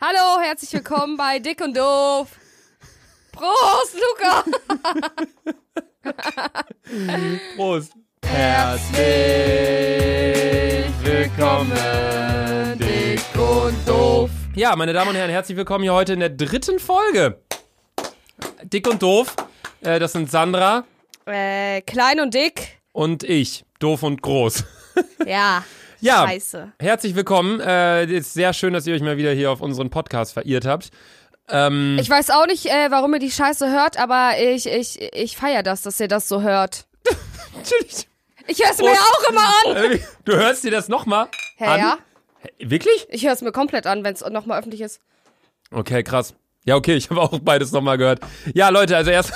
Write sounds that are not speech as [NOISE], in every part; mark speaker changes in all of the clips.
Speaker 1: Hallo, herzlich willkommen bei Dick und Doof. Prost, Luca!
Speaker 2: Prost.
Speaker 1: Herzlich willkommen, dick und doof.
Speaker 2: Ja, meine Damen und Herren, herzlich willkommen hier heute in der dritten Folge. Dick und doof. Äh, das sind Sandra
Speaker 1: Äh, klein und dick?
Speaker 2: und ich. Doof und groß.
Speaker 1: [LAUGHS] Ja.
Speaker 2: Ja,
Speaker 1: Scheiße.
Speaker 2: herzlich willkommen. Äh, ist sehr schön, dass ihr euch mal wieder hier auf unseren Podcast verirrt habt. Ähm,
Speaker 1: Ich weiß auch nicht, äh, warum ihr die Scheiße hört, aber ich, ich, ich feier das, dass ihr das so hört.
Speaker 2: natürlich.
Speaker 1: Ich hör's mir auch immer an!
Speaker 2: Äh, Du hörst dir das nochmal
Speaker 1: Ja,
Speaker 2: an?
Speaker 1: ja.
Speaker 2: Wirklich?
Speaker 1: Ich hör's mir komplett an, wenn's nochmal öffentlich ist.
Speaker 2: Okay, krass. Ja, okay, ich [LAUGHS] habe auch beides nochmal gehört. Ja, Leute, also erst.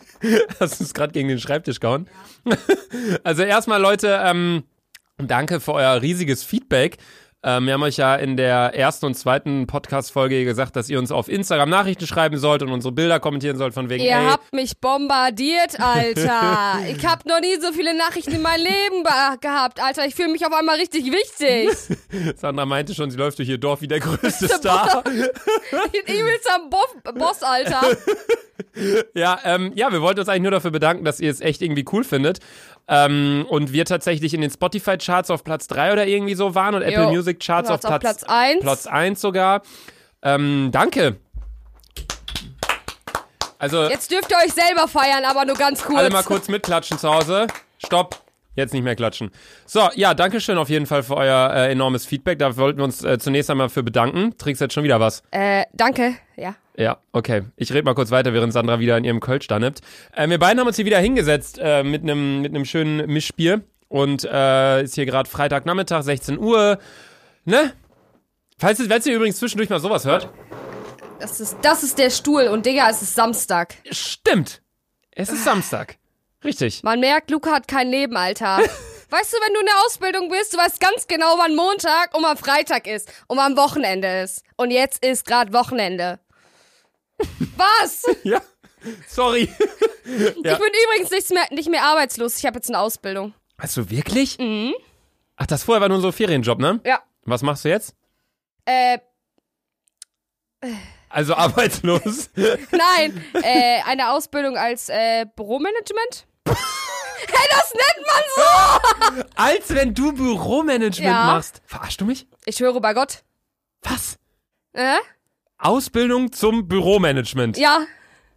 Speaker 2: [LAUGHS] Hast du es gerade gegen den Schreibtisch gehauen? [LAUGHS] Also erstmal, Leute, ähm, danke für euer riesiges Feedback. Ähm, wir haben euch ja in der ersten und zweiten Podcast-Folge gesagt, dass ihr uns auf Instagram Nachrichten schreiben sollt und unsere Bilder kommentieren sollt von wegen,
Speaker 1: Ihr
Speaker 2: ey,
Speaker 1: habt mich bombardiert, Alter. [LAUGHS] ich hab noch nie so viele Nachrichten in meinem Leben be- gehabt, Alter. Ich fühle mich auf einmal richtig wichtig.
Speaker 2: Sandra meinte schon, sie läuft durch ihr Dorf wie der größte Star.
Speaker 1: Den übelster Bo Boss, Alter.
Speaker 2: Ja, ähm, ja, wir wollten uns eigentlich nur dafür bedanken, dass ihr es echt irgendwie cool findet. Ähm, und wir tatsächlich in den Spotify-Charts auf Platz 3 oder irgendwie so waren und Apple
Speaker 1: Jo.
Speaker 2: Music Charts auf
Speaker 1: Platz auf
Speaker 2: Platz,
Speaker 1: Platz 1.
Speaker 2: Platz 1 sogar. Ähm, danke. Also
Speaker 1: Jetzt dürft ihr euch selber feiern, aber nur ganz kurz.
Speaker 2: alle mal kurz mitklatschen zu Hause. Stopp. Jetzt nicht mehr klatschen. So, ja, danke schön auf jeden Fall für euer äh, enormes Feedback. Da wollten wir uns äh, zunächst einmal für bedanken. Trinkst jetzt schon wieder was.
Speaker 1: Äh, danke. Ja.
Speaker 2: Ja, okay. Ich rede mal kurz weiter, während Sandra wieder in ihrem Kölsch da nippt. Äh, wir beiden haben uns hier wieder hingesetzt äh, mit einem mit einem schönen Mischbier. Und äh, ist hier gerade Freitagnachmittag, 16 Uhr. Ne? Falls, ihr- falls ihr übrigens zwischendurch mal sowas hört.
Speaker 1: Das ist, das ist der Stuhl und Digga, es ist Samstag.
Speaker 2: Stimmt. Es ist Samstag. Richtig.
Speaker 1: Man merkt, Luca hat kein Leben, Alter. Weißt du, wenn du in der Ausbildung bist, du weißt ganz genau, wann Montag und wann Freitag ist und wann Wochenende ist. Und jetzt ist gerade
Speaker 2: [LAUGHS]
Speaker 1: Wochenende. Was?
Speaker 2: [LAUGHS] Ja. Sorry. Ja.
Speaker 1: Ich bin übrigens nicht mehr, nicht mehr arbeitslos. Ich habe jetzt eine Ausbildung.
Speaker 2: Hast du wirklich? Mhm. Ach, das vorher war nur so ein Ferienjob, ne?
Speaker 1: Ja.
Speaker 2: Was machst du jetzt?
Speaker 1: Äh,
Speaker 2: Also [LAUGHS] arbeitslos.
Speaker 1: Nein, äh, eine Ausbildung als äh,
Speaker 2: [LAUGHS]
Speaker 1: Büromanagement. hey, das nennt man so!
Speaker 2: Als wenn du Büromanagement
Speaker 1: Ja.
Speaker 2: machst. Verarschst du mich?
Speaker 1: Ich höre bei Gott.
Speaker 2: Was?
Speaker 1: Äh?
Speaker 2: Ausbildung zum Büromanagement.
Speaker 1: Ja,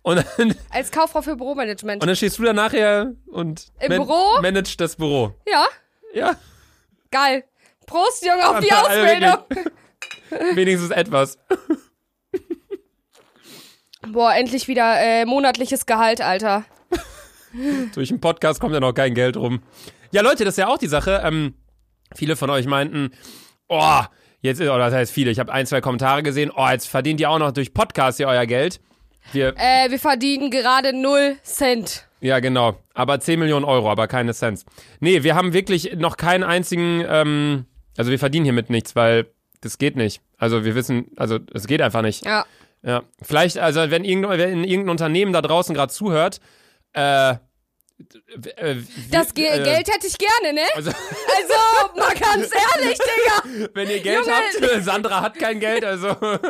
Speaker 2: Und dann, [LAUGHS] und
Speaker 1: als Kauffrau für Büromanagement.
Speaker 2: dann stehst du da nachher und
Speaker 1: Im Büro?
Speaker 2: managst das Büro.
Speaker 1: ja,
Speaker 2: Ja,
Speaker 1: geil. Prost, Junge, auf die
Speaker 2: Ja, also
Speaker 1: Ausbildung.
Speaker 2: [LAUGHS] wenigstens etwas.
Speaker 1: Boah, endlich wieder äh, monatliches Gehalt, Alter.
Speaker 2: Durch den Podcast kommt ja noch kein Geld rum. Ja, Leute, das ist ja auch die Sache. Ähm, viele von euch meinten, oh, jetzt ist, oder das heißt viele, ich habe ein, zwei Kommentare gesehen, oh, jetzt verdient ihr auch noch durch Podcast hier euer Geld. Wir,
Speaker 1: Äh, wir verdienen gerade null Cent.
Speaker 2: Ja, genau. Aber 10 Millionen Euro, aber keine Cents. Nee, wir haben wirklich noch keinen einzigen, ähm, also wir verdienen hiermit nichts, weil das geht nicht. Also wir wissen, also es geht einfach nicht.
Speaker 1: Ja.
Speaker 2: Ja. Vielleicht, also wenn irgendein, wenn irgendein Unternehmen da draußen gerade zuhört, äh, äh,
Speaker 1: Das Ge
Speaker 2: wir- äh,
Speaker 1: Geld hätte ich gerne, ne?
Speaker 2: Also, [LAUGHS]
Speaker 1: Also, mal ganz ehrlich, Digga.
Speaker 2: wenn ihr Geld
Speaker 1: Junge.
Speaker 2: habt, [LAUGHS] Sandra hat kein Geld, also [LAUGHS]
Speaker 1: So ein,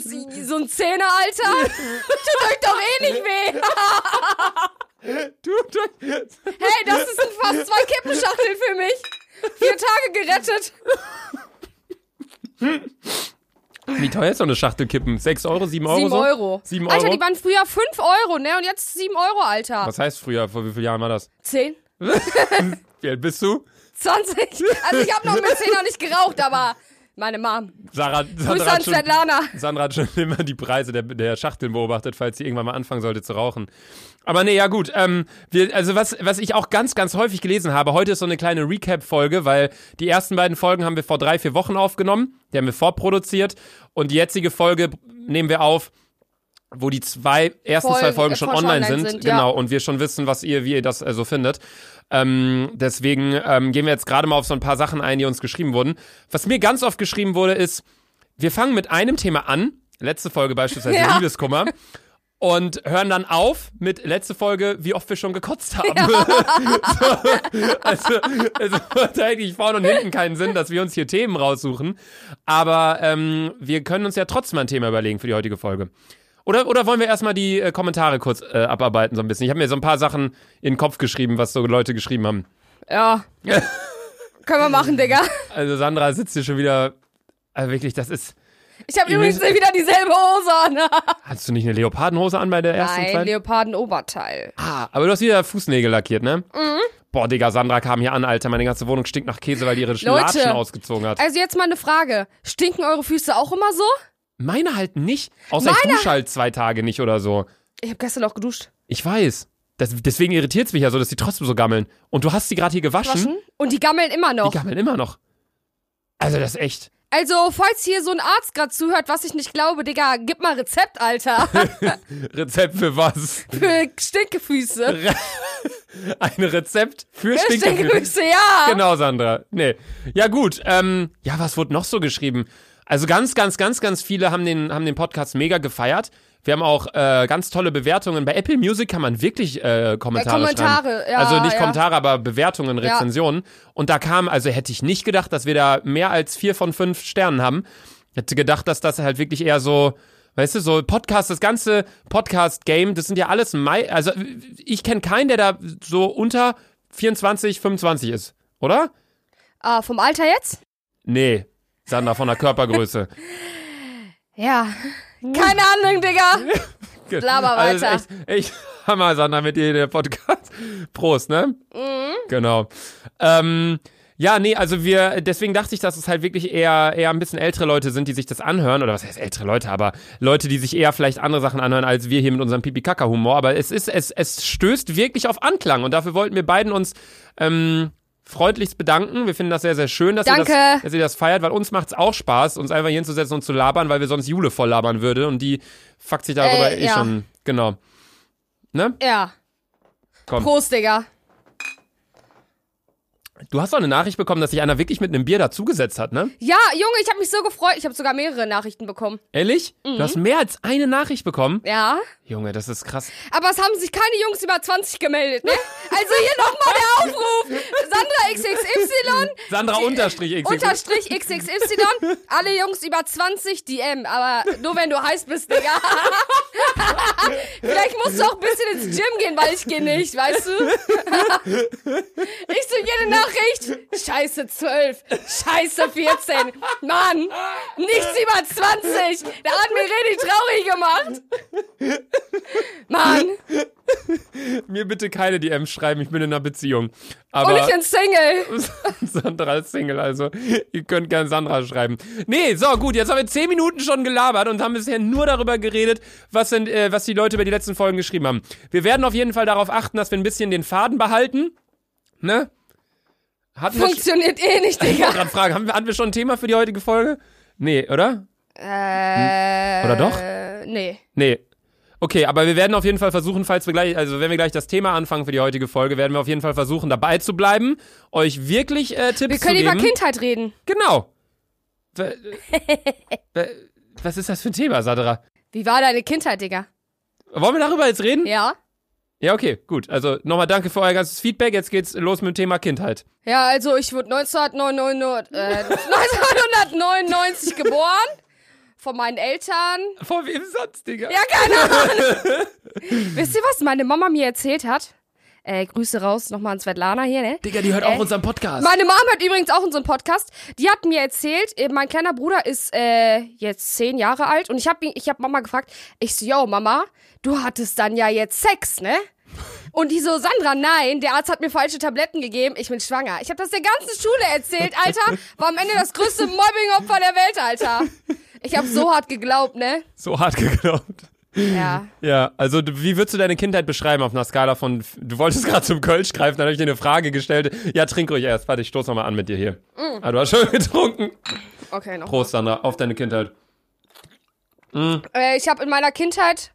Speaker 1: so ein Zehner, Alter. Tut euch doch eh nicht weh.
Speaker 2: tut euch,
Speaker 1: Hey, das ist ein fast zwei Kippenschachteln für mich. Vier Tage gerettet.
Speaker 2: Wie teuer ist so eine Schachtel kippen? 6 Euro, 7 Euro?
Speaker 1: Sieben
Speaker 2: so?
Speaker 1: Euro.
Speaker 2: Sieben
Speaker 1: Alter,
Speaker 2: Euro?
Speaker 1: die waren früher fünf Euro, ne? Und jetzt sieben Euro, Alter.
Speaker 2: Was heißt früher? Vor wie vielen Jahren war das?
Speaker 1: Zehn?
Speaker 2: Wie alt bist du?
Speaker 1: 20? Also ich habe noch mit zehn noch nicht geraucht, aber meine Mom.
Speaker 2: Sarah,
Speaker 1: Grüße
Speaker 2: Sandra
Speaker 1: an
Speaker 2: hat schon,
Speaker 1: Svetlana.
Speaker 2: Sandra hat schon [LAUGHS] immer die Preise der, der Schachteln beobachtet, falls sie irgendwann mal anfangen sollte zu rauchen. Aber nee, ja gut. Ähm, wir, also was, was ich auch ganz, ganz häufig gelesen habe, heute ist so eine kleine Recap-Folge, weil die ersten beiden Folgen haben wir vor drei, vier Wochen aufgenommen. Die haben wir vorproduziert. Und die jetzige Folge nehmen wir auf, wo die zwei, ersten
Speaker 1: Folgen-
Speaker 2: zwei Folgen schon
Speaker 1: äh, schon
Speaker 2: online,
Speaker 1: online
Speaker 2: sind.
Speaker 1: sind, ja.
Speaker 2: genau. Und wir schon wissen, was ihr, wie ihr das äh, so findet. Ähm, deswegen ähm, gehen wir jetzt gerade mal auf so ein paar Sachen ein, die uns geschrieben wurden. Was mir ganz oft geschrieben wurde, ist, wir fangen mit einem Thema an, letzte Folge beispielsweise
Speaker 1: Ja.
Speaker 2: Liebeskummer, und hören dann auf mit letzte Folge, wie oft wir schon gekotzt haben. [LAUGHS] so, also es macht eigentlich vorne und hinten keinen Sinn, dass wir uns hier Themen raussuchen. Aber ähm, wir können uns ja trotzdem ein Thema überlegen für die heutige Folge. Oder, oder wollen wir erstmal die äh, Kommentare kurz äh, abarbeiten so ein bisschen? Ich habe mir so ein paar Sachen in den Kopf geschrieben, was so Leute geschrieben haben.
Speaker 1: Ja. [LAUGHS] Können wir machen, Digga.
Speaker 2: Also Sandra sitzt hier schon wieder. Also wirklich, das ist.
Speaker 1: Ich habe
Speaker 2: Ihr
Speaker 1: übrigens
Speaker 2: müsst-
Speaker 1: wieder dieselbe Hose an.
Speaker 2: Hattest du nicht eine Leopardenhose an bei der ersten
Speaker 1: Nein,
Speaker 2: zweiten?
Speaker 1: Leopardenoberteil.
Speaker 2: Ah, aber du hast wieder Fußnägel lackiert, ne? Mhm. Boah, Digga, Sandra kam hier an, Alter. Meine ganze Wohnung stinkt nach Käse, weil die ihre Latschen ausgezogen hat.
Speaker 1: Also jetzt mal eine Frage. Stinken eure Füße auch immer so?
Speaker 2: Meine halt nicht. Außer ich dusche halt zwei Tage nicht oder so.
Speaker 1: Ich habe gestern auch geduscht.
Speaker 2: Ich weiß. Das, deswegen irritiert's mich ja so, dass die trotzdem so gammeln. Und du hast die gerade hier gewaschen.
Speaker 1: Waschen. Und die gammeln immer
Speaker 2: Hm? Die
Speaker 1: noch.
Speaker 2: gammeln immer noch. Also das ist echt.
Speaker 1: Also, falls hier so ein Arzt gerade zuhört, was ich nicht glaube, Digga, gib mal Rezept,
Speaker 2: [LAUGHS]
Speaker 1: Alter. [LAUGHS]
Speaker 2: Rezept für was?
Speaker 1: Für Stinkefüße.
Speaker 2: Ein Rezept
Speaker 1: Für
Speaker 2: für Stinkefüße.
Speaker 1: Stinkefüße, ja.
Speaker 2: Genau, Sandra. Nee. Ja, gut. Ähm, ja, was wurde noch so geschrieben? Also ganz, ganz, ganz, ganz viele haben den, haben den Podcast mega gefeiert. Wir haben auch äh, ganz tolle Bewertungen. Bei Apple Music kann man wirklich äh, Kommentare,
Speaker 1: Äh, Kommentare,
Speaker 2: schreiben.
Speaker 1: ja,
Speaker 2: also nicht
Speaker 1: ja.
Speaker 2: Kommentare, aber Bewertungen, Rezensionen. Und da kam, also hätte ich nicht gedacht, dass wir da mehr als vier von fünf Sternen haben. Ich hätte gedacht, dass das halt wirklich eher so, weißt du, so Podcast, das ganze Podcast-Game, das sind ja alles, Mai also ich kenne keinen, der da so unter 24, 25 ist, oder?
Speaker 1: Ah, vom Alter jetzt?
Speaker 2: Nee, Sandra, von der Körpergröße.
Speaker 1: Ja.
Speaker 2: Hm.
Speaker 1: Keine Ahnung, Digga.
Speaker 2: [LAUGHS]
Speaker 1: Laber
Speaker 2: Also
Speaker 1: weiter.
Speaker 2: echt, echt [LAUGHS] Hammer, Sandra, mit dir der Podcast. Prost, ne?
Speaker 1: Mhm.
Speaker 2: Genau. Ähm, ja, nee, also wir, deswegen dachte ich, dass es halt wirklich eher, eher ein bisschen ältere Leute sind, die sich das anhören, oder was heißt ältere Leute, aber Leute, die sich eher vielleicht andere Sachen anhören, als wir hier mit unserem Pipi-Kaka-Humor, aber es ist, es, es stößt wirklich auf Anklang und dafür wollten wir beiden uns, ähm, freundlichst bedanken. Wir finden das sehr, sehr schön, dass,
Speaker 1: Danke.
Speaker 2: Ihr, das, dass ihr das feiert, weil uns macht's auch Spaß, uns einfach hier hinzusetzen und zu labern, weil wir sonst Jule voll labern würde und die fuckt sich darüber
Speaker 1: Äh,
Speaker 2: eh
Speaker 1: ja.
Speaker 2: schon. Genau. Ne?
Speaker 1: Ja.
Speaker 2: Komm.
Speaker 1: Prost, Digga.
Speaker 2: Du hast auch eine Nachricht bekommen, dass sich einer wirklich mit einem Bier dazugesetzt hat, ne?
Speaker 1: Ja, Junge, ich habe mich so gefreut. Ich habe sogar mehrere Nachrichten bekommen.
Speaker 2: Ehrlich? Du
Speaker 1: Mhm.
Speaker 2: hast mehr als eine Nachricht bekommen.
Speaker 1: Ja.
Speaker 2: Junge, das ist krass.
Speaker 1: Aber es haben sich keine Jungs über 20 gemeldet,
Speaker 2: [LAUGHS]
Speaker 1: ne? Also hier nochmal der Aufruf. Sandra XXY.
Speaker 2: Sandra Unterstrich XX.
Speaker 1: Unterstrich XXY. Alle Jungs über 20 DM. Aber nur wenn du heiß bist, Digga. [LAUGHS] Vielleicht musst du auch ein bisschen ins Gym gehen, weil ich gehe nicht, weißt du? [LAUGHS] ich so jede Nachricht. Scheiße 12. Scheiße 14. Mann. Nichts über 20. Da hat mir richtig traurig gemacht. Mann.
Speaker 2: Mir bitte keine DMs schreiben, ich bin in einer Beziehung. Aber
Speaker 1: Und ich bin Single.
Speaker 2: [LAUGHS] Sandra ist Single, also ihr könnt gerne Sandra schreiben. Nee, so gut, jetzt haben wir zehn Minuten schon gelabert und haben bisher nur darüber geredet, was, sind, äh, was die Leute über die letzten Folgen geschrieben haben. Wir werden auf jeden Fall darauf achten, dass wir ein bisschen den Faden behalten. Ne? Hatten wir, ich
Speaker 1: Funktioniert eh nicht, Digga.
Speaker 2: wollte gerade fragen, haben wir, hatten wir schon ein Thema für die heutige Folge? Nee, oder?
Speaker 1: Äh,
Speaker 2: Oder doch?
Speaker 1: Nee.
Speaker 2: Nee. Okay, aber wir werden auf jeden Fall versuchen, falls wir gleich, also wenn wir gleich das Thema anfangen für die heutige Folge, werden wir auf jeden Fall versuchen, dabei zu bleiben, euch wirklich äh, Tipps
Speaker 1: Wir können
Speaker 2: zu
Speaker 1: über
Speaker 2: geben.
Speaker 1: Kindheit reden.
Speaker 2: Genau. W-
Speaker 1: [LAUGHS]
Speaker 2: w- Was ist das für ein Thema, Sandra?
Speaker 1: Wie war deine Kindheit, Digga?
Speaker 2: Wollen wir darüber jetzt reden?
Speaker 1: Ja?
Speaker 2: Ja, okay, gut. Also nochmal danke für euer ganzes Feedback. Jetzt geht's los mit dem Thema Kindheit.
Speaker 1: Ja, also ich wurde 1999, äh, [LAUGHS] 1999 geboren. Von meinen Eltern.
Speaker 2: Vor wem sonst, Digga?
Speaker 1: Ja, keine Ahnung. Wisst ihr, was meine Mama mir erzählt hat? Äh, Grüße raus nochmal an Svetlana hier, ne?
Speaker 2: Digga, die hört
Speaker 1: Äh,
Speaker 2: auch unseren Podcast.
Speaker 1: Meine Mom hört übrigens auch unseren Podcast. Die hat mir erzählt, äh, mein kleiner Bruder ist äh, jetzt zehn Jahre alt und ich habe ich hab Mama gefragt, ich so, yo Mama, du hattest dann ja jetzt Sex, ne? Und die so, Sandra, nein, der Arzt hat mir falsche Tabletten gegeben, ich bin schwanger. Ich habe das der ganzen Schule erzählt, Alter. War am Ende das größte Mobbing-Opfer der Welt, Alter. Ich habe so hart geglaubt, ne?
Speaker 2: So hart geglaubt.
Speaker 1: Ja.
Speaker 2: Ja, also du- wie würdest du deine Kindheit beschreiben auf einer Skala von, f- du wolltest [LAUGHS] gerade zum Kölsch greifen, dann habe ich dir eine Frage gestellt. Ja, trink ruhig erst. Warte, ich stoß nochmal an mit dir hier.
Speaker 1: Mm.
Speaker 2: Ah, du hast schon [LAUGHS] getrunken.
Speaker 1: Okay, noch.
Speaker 2: Prost, Sandra, auf deine Kindheit.
Speaker 1: Äh, ich habe in meiner Kindheit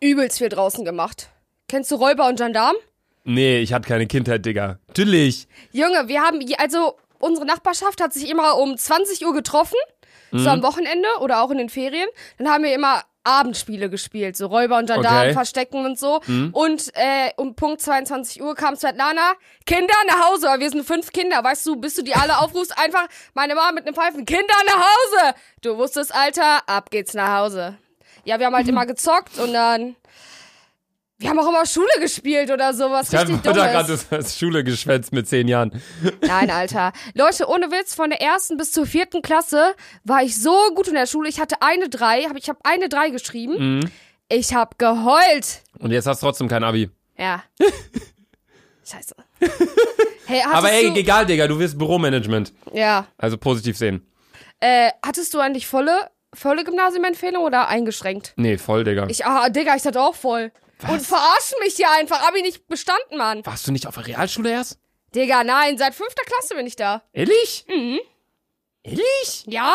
Speaker 1: übelst viel draußen gemacht. Kennst du Räuber und Gendarm?
Speaker 2: Nee, ich hatte keine Kindheit, Digga. Natürlich.
Speaker 1: Junge, wir haben, je- also unsere Nachbarschaft
Speaker 2: Mhm.
Speaker 1: hat sich immer um 20 Uhr getroffen, so am Wochenende oder auch in den Ferien. Dann haben wir immer Abendspiele gespielt, so Räuber und Gendarmen
Speaker 2: Okay. Mhm.
Speaker 1: verstecken und so. Und äh, um Punkt 22 Uhr kam Svetlana, Kinder nach Hause, weil wir sind fünf Kinder, weißt du, bis du die alle aufrufst, einfach meine Mama mit einem Pfeifen, Kinder nach Hause! Du wusstest, Alter, ab geht's nach Hause. Ja, wir haben
Speaker 2: Mhm.
Speaker 1: halt immer gezockt und dann, wir haben auch immer Schule gespielt oder sowas,
Speaker 2: Ich habe
Speaker 1: richtig dummes.
Speaker 2: gerade das- [LAUGHS] das Schule geschwänzt mit zehn Jahren.
Speaker 1: Nein, Alter. Leute, ohne Witz, von der ersten bis zur vierten Klasse war ich so gut in der Schule. Ich hatte eine drei, hab, ich habe eine drei geschrieben.
Speaker 2: Mhm.
Speaker 1: Ich habe geheult.
Speaker 2: Und jetzt hast du trotzdem kein Abi.
Speaker 1: Ja.
Speaker 2: [LAUGHS]
Speaker 1: Scheiße. Hey, hattest
Speaker 2: Aber ey,
Speaker 1: du,
Speaker 2: egal, Digga, du wirst Büromanagement.
Speaker 1: ja.
Speaker 2: Also positiv sehen.
Speaker 1: Äh, hattest du eigentlich volle, volle Gymnasiumempfehlung oder eingeschränkt?
Speaker 2: Nee, voll, Digga.
Speaker 1: Ich, ah, Digga, ich hatte auch voll. Und verarschen mich hier einfach. Hab ich nicht bestanden, Mann.
Speaker 2: Warst du nicht auf der Realschule erst?
Speaker 1: Digga, nein, seit fünfter Klasse bin ich da.
Speaker 2: Ehrlich? Mhm. Ehrlich?
Speaker 1: Ja?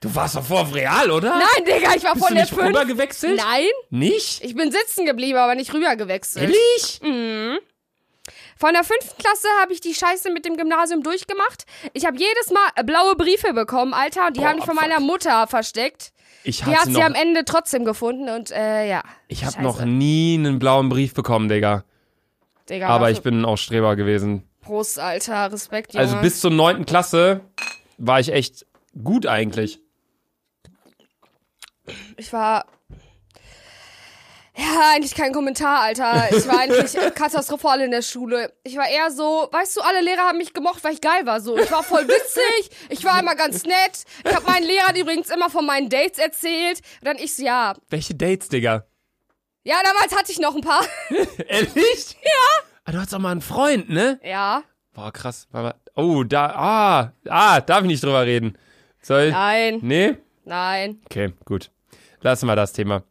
Speaker 2: Du warst doch vor auf Real, oder?
Speaker 1: Nein, Digga, ich war
Speaker 2: Bist
Speaker 1: von
Speaker 2: du
Speaker 1: der
Speaker 2: nicht
Speaker 1: fünf.
Speaker 2: rübergewechselt?
Speaker 1: Nein,
Speaker 2: Nicht?
Speaker 1: ich bin sitzen geblieben, aber nicht rüber gewechselt.
Speaker 2: Ehrlich?
Speaker 1: Mhm. Von der fünften Klasse habe ich die Scheiße mit dem Gymnasium durchgemacht. Ich habe jedes Mal äh, blaue Briefe bekommen, Alter, und die
Speaker 2: Boah,
Speaker 1: haben die von
Speaker 2: fuck.
Speaker 1: meiner Mutter versteckt.
Speaker 2: Ich
Speaker 1: Die hat
Speaker 2: hatte
Speaker 1: sie am
Speaker 2: noch,
Speaker 1: Ende trotzdem gefunden und äh, ja.
Speaker 2: ich hab
Speaker 1: Scheiße.
Speaker 2: noch nie einen blauen Brief bekommen, Digga.
Speaker 1: Digga,
Speaker 2: Aber
Speaker 1: dafür-
Speaker 2: ich bin auch Streber gewesen.
Speaker 1: Prost, Alter, Respekt, Junge.
Speaker 2: Also bis zur neunten Klasse war ich echt gut eigentlich.
Speaker 1: ich war ja, eigentlich kein Kommentar, Alter. Ich war
Speaker 2: [LAUGHS]
Speaker 1: eigentlich katastrophal in der Schule. Ich war eher so, weißt du, alle Lehrer haben mich gemocht, weil ich geil war. So, ich war voll witzig, ich war immer ganz nett. Ich habe meinen Lehrern übrigens immer von meinen Dates erzählt. Und dann ich so, ja,
Speaker 2: Welche Dates, Digga?
Speaker 1: Ja, damals hatte ich noch ein paar.
Speaker 2: [LAUGHS] Ehrlich? Ja. Aber du hattest auch mal einen Freund, ne?
Speaker 1: Ja.
Speaker 2: Boah, krass. Warte mal. Oh, da, ah, ah, darf ich nicht drüber reden. Soll,
Speaker 1: Nein,
Speaker 2: nee?
Speaker 1: nein.
Speaker 2: Okay, gut. Lassen wir das Thema.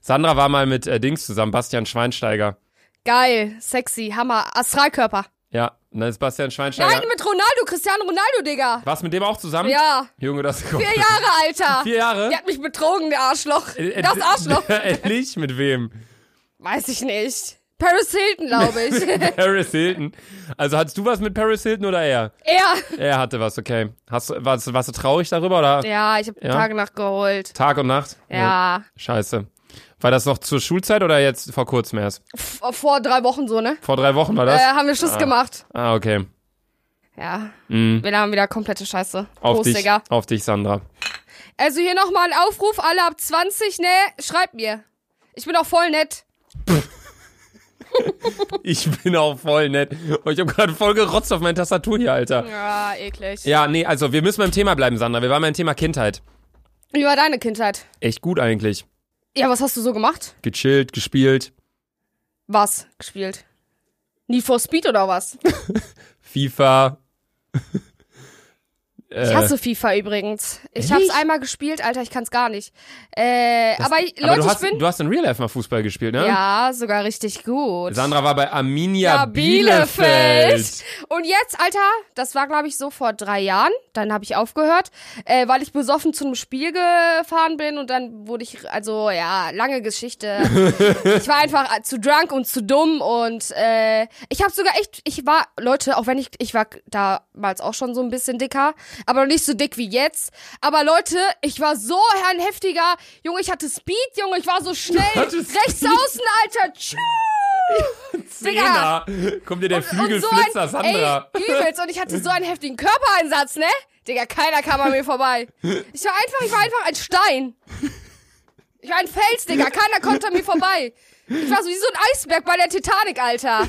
Speaker 2: Sandra war mal mit äh, Dings zusammen, Bastian Schweinsteiger.
Speaker 1: Geil, sexy, Hammer, Astralkörper.
Speaker 2: Ja, und dann ist Bastian Schweinsteiger.
Speaker 1: Nein, mit Ronaldo, Cristiano Ronaldo, Digga.
Speaker 2: Warst du mit dem auch zusammen?
Speaker 1: Ja,
Speaker 2: Junge, das kommt.
Speaker 1: vier Jahre, Alter.
Speaker 2: Vier Jahre?
Speaker 1: Der hat mich betrogen, der Arschloch.
Speaker 2: Äh, äh,
Speaker 1: Das
Speaker 2: [LAUGHS]
Speaker 1: Arschloch.
Speaker 2: Ehrlich? Mit wem?
Speaker 1: Weiß ich nicht. Paris Hilton, glaube
Speaker 2: [LAUGHS]
Speaker 1: ich.
Speaker 2: Paris Hilton. Also hattest du was mit Paris Hilton oder er?
Speaker 1: er.
Speaker 2: Er hatte was, okay. Hast, du- warst, du- warst du traurig darüber oder
Speaker 1: Ja, ich habe
Speaker 2: Ja?
Speaker 1: Tag und Nacht geholt.
Speaker 2: Tag und Nacht?
Speaker 1: Ja.
Speaker 2: Nee, scheiße. War das noch zur Schulzeit oder jetzt vor kurzem erst?
Speaker 1: F- Vor drei Wochen so, ne?
Speaker 2: Vor drei Wochen war
Speaker 1: Äh,
Speaker 2: das?
Speaker 1: haben wir Schluss gemacht.
Speaker 2: Ah, okay.
Speaker 1: Ja.
Speaker 2: Mhm.
Speaker 1: Wir haben wieder komplette Scheiße.
Speaker 2: Auf
Speaker 1: Prost,
Speaker 2: dich.
Speaker 1: Digga.
Speaker 2: Auf dich, Sandra.
Speaker 1: Also hier nochmal ein Aufruf, alle ab 20, ne? Schreibt mir. Ich bin auch voll nett.
Speaker 2: Ich bin auch voll nett. Oh, ich habe gerade voll gerotzt auf meine Tastatur hier, Alter.
Speaker 1: Ja, eklig.
Speaker 2: Ja, nee, also wir müssen beim Thema bleiben, Sandra. Wir waren beim Thema Kindheit.
Speaker 1: Wie war deine Kindheit?
Speaker 2: Echt gut eigentlich.
Speaker 1: Ja, was hast du so gemacht?
Speaker 2: Gechillt, gespielt,
Speaker 1: Was gespielt? Need for Speed oder was?
Speaker 2: Äh. FIFA. äh,
Speaker 1: [LAUGHS] Ich hasse FIFA übrigens. Ich
Speaker 2: Ehrlich?
Speaker 1: hab's einmal gespielt, Alter, ich kannn's gar nicht. Äh, aber ich- Leute,
Speaker 2: aber du hast,
Speaker 1: ich bin
Speaker 2: du hast in Real Life mal Fußball gespielt, ne?
Speaker 1: ja sogar richtig gut.
Speaker 2: Sandra war bei Arminia
Speaker 1: Ja,
Speaker 2: Bielefeld.
Speaker 1: Und jetzt, Alter, das war glaube ich so vor drei Jahren. Dann habe ich aufgehört, äh, weil ich besoffen zu einem Spiel gefahren bin und dann wurde ich, also ja, lange
Speaker 2: [LAUGHS]
Speaker 1: Geschichte. ich war einfach äh, zu drunk und zu dumm und äh, ich habe sogar echt, ich war, Leute, auch wenn ich, ich war damals auch schon so ein bisschen dicker, aber noch nicht so dick wie jetzt. Aber Leute, ich war so ein heftiger, Junge, ich hatte Speed, Junge, ich war so schnell,
Speaker 2: hattest
Speaker 1: rechts
Speaker 2: Speed.
Speaker 1: außen, Alter, tschüss. Digga.
Speaker 2: [LAUGHS] Zehner. Kommt dir der
Speaker 1: Und so
Speaker 2: Flügelflitzer,
Speaker 1: ein-
Speaker 2: Sandra.
Speaker 1: Ey, übelst. Und ich hatte so einen heftigen Körpereinsatz, ne? Digga, keiner kam an mir vorbei. Ich war einfach, ich war einfach ein Stein. Ich war ein Fels, Digga. Keiner kommt an mir vorbei. Ich war so wie so ein Eisberg bei der Titanic, Alter.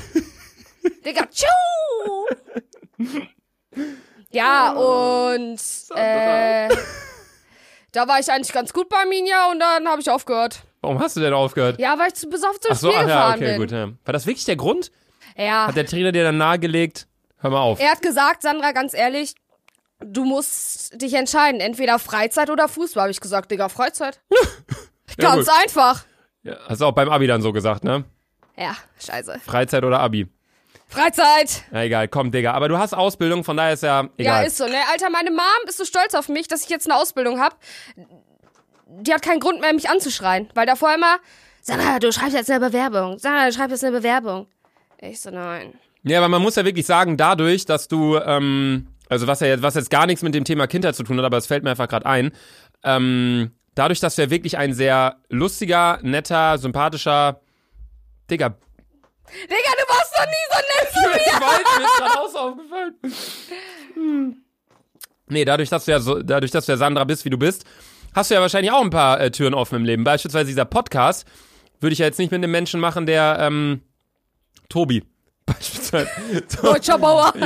Speaker 1: Digga, tschu! Ja, und äh, da war ich eigentlich ganz gut bei Minja und dann habe ich aufgehört.
Speaker 2: Warum hast du denn aufgehört?
Speaker 1: Ja, weil ich zu besoffen zum
Speaker 2: Ach so,
Speaker 1: Spiel
Speaker 2: ach ja,
Speaker 1: gefahren
Speaker 2: okay,
Speaker 1: bin.
Speaker 2: gut. Ja. War das wirklich der Grund?
Speaker 1: Ja.
Speaker 2: Hat der Trainer dir dann nahegelegt? Hör mal auf.
Speaker 1: Er hat gesagt, Sandra, ganz ehrlich, du musst dich entscheiden. Entweder Freizeit oder Fußball. Habe ich gesagt, Digga,
Speaker 2: [LAUGHS]
Speaker 1: Freizeit.
Speaker 2: Ja,
Speaker 1: Ganz
Speaker 2: gut.
Speaker 1: einfach.
Speaker 2: Ja, hast du auch beim Abi dann so gesagt, ne?
Speaker 1: Ja, scheiße.
Speaker 2: Freizeit oder Abi?
Speaker 1: Freizeit.
Speaker 2: Na egal, komm, Digga. Aber du hast Ausbildung, von daher ist ja
Speaker 1: Ja,
Speaker 2: egal.
Speaker 1: ist so, ne? Alter, meine Mom ist so stolz auf mich, dass ich jetzt eine Ausbildung habe. Die hat keinen Grund mehr, mich anzuschreien. Weil davor immer, Sandra, du schreibst jetzt eine Bewerbung. Sandra, du schreibst jetzt eine Bewerbung. Ich so, nein.
Speaker 2: ja, aber man muss ja wirklich sagen, dadurch, dass du, ähm, also was ja jetzt, was jetzt gar nichts mit dem Thema Kindheit zu tun hat, aber es fällt mir einfach gerade ein, ähm, dadurch, dass wir wirklich ein sehr lustiger, netter, sympathischer, [LAUGHS] Digga,
Speaker 1: Digga, du warst doch nie so nett zu
Speaker 2: [LAUGHS] ich weiß, mir ist gerade auch so aufgefallen. Hm. Nee, dadurch dass, du ja so, dadurch, dass du ja Sandra bist, wie du bist, hast du ja wahrscheinlich auch ein paar äh, Türen offen im Leben. Beispielsweise dieser Podcast würde ich ja jetzt nicht mit einem Menschen machen, der, ähm, Tobi. [LAUGHS] Beispielsweise.
Speaker 1: deutscher Bauer. [LAUGHS]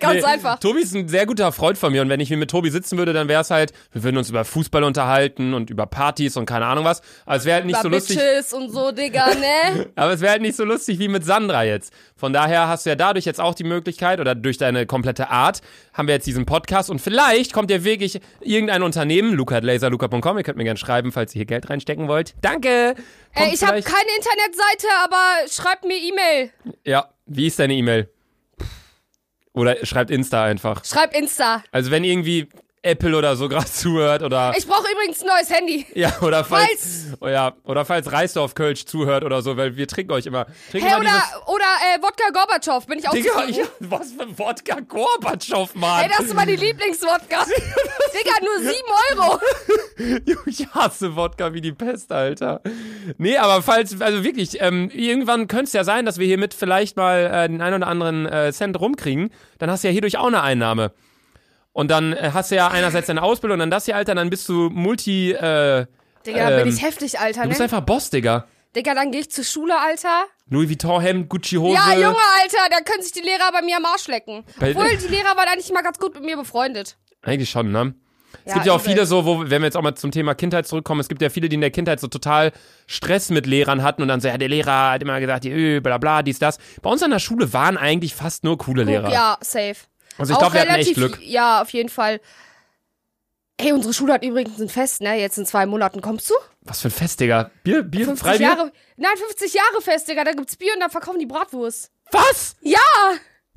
Speaker 1: Ganz
Speaker 2: Nee,
Speaker 1: einfach.
Speaker 2: Tobi ist ein sehr guter Freund von mir und wenn ich mit Tobi sitzen würde, dann wäre es halt, wir würden uns über Fußball unterhalten und über Partys und keine Ahnung was. Aber es wäre halt nicht
Speaker 1: Über
Speaker 2: so lustig.
Speaker 1: Bitches und so, Digga, ne?
Speaker 2: Aber es wäre halt nicht so lustig wie mit Sandra jetzt. Von daher hast du ja dadurch jetzt auch die Möglichkeit oder durch deine komplette Art haben wir jetzt diesen Podcast und vielleicht kommt ja wirklich irgendein Unternehmen, luca.laserluca.com, ihr könnt mir gerne schreiben, falls ihr hier Geld reinstecken wollt. Danke! Kommt
Speaker 1: Ey, Äh, ich habe
Speaker 2: vielleicht-
Speaker 1: keine Internetseite, aber schreibt mir E-Mail.
Speaker 2: Ja, wie ist deine E-Mail? Oder schreibt Insta einfach.
Speaker 1: Schreib Insta.
Speaker 2: Also wenn irgendwie Apple oder so [LAUGHS] gerade zuhört oder
Speaker 1: Ich brauche übrigens ein neues Handy.
Speaker 2: ja oder falls oh ja, oder falls Reisdorf Kölsch zuhört oder so, weil wir trinken euch immer. Trinken
Speaker 1: Hey,
Speaker 2: immer dieses-
Speaker 1: oder, oder äh, Wodka Gorbatschow, bin ich auch
Speaker 2: Digga,
Speaker 1: zufrieden.
Speaker 2: [LAUGHS] ich, was für ein Wodka Gorbatschow, Mann.
Speaker 1: Ey, das ist meine Lieblingswodka. Digga, nur 7 Euro.
Speaker 2: [LAUGHS] Ich hasse Wodka wie die Pest, Alter. Nee, aber falls, also wirklich, ähm, irgendwann könnte es ja sein, dass wir hiermit vielleicht mal äh, den einen oder anderen äh, Cent rumkriegen. Dann hast du ja hierdurch auch eine Einnahme. Und dann äh, hast du ja einerseits deine Ausbildung und dann das hier, Alter, dann bist du Multi, äh,
Speaker 1: Digga, dann bin
Speaker 2: Ähm,
Speaker 1: ich heftig, Alter,
Speaker 2: du bist
Speaker 1: ne?
Speaker 2: einfach Boss, Digga.
Speaker 1: Digga, dann gehe ich zur Schule, Alter.
Speaker 2: Louis Vuitton-Hemd, Gucci-Hose.
Speaker 1: Ja, Junge, Alter, da können sich die Lehrer bei mir am Arsch lecken.
Speaker 2: Oh, Bei-
Speaker 1: Obwohl, die Lehrer waren eigentlich immer ganz gut mit mir befreundet.
Speaker 2: Eigentlich schon, ne? Es gibt ja auch
Speaker 1: übel.
Speaker 2: viele so, wo, wenn wir jetzt auch mal zum Thema Kindheit zurückkommen, es gibt ja viele, die in der Kindheit so total Stress mit Lehrern hatten und dann so, ja, der Lehrer hat immer gesagt, äh, bla bla, dies, das. Bei uns an der Schule waren eigentlich fast nur coole Lehrer.
Speaker 1: Ja, safe.
Speaker 2: Also ich
Speaker 1: Auch
Speaker 2: glaube, wir hatten echt
Speaker 1: relativ-
Speaker 2: Glück.
Speaker 1: Ja, auf jeden Fall. Hey, unsere Schule hat übrigens ein Fest, ne? Jetzt in zwei Monaten kommst du?
Speaker 2: Was für ein Fest, Digga. Bier, Bier,
Speaker 1: 50
Speaker 2: Freibier?
Speaker 1: Jahre. Nein, 50 Jahre Fest, Digga. Da gibt's Bier und dann verkaufen die Bratwurst.
Speaker 2: Was?
Speaker 1: Ja!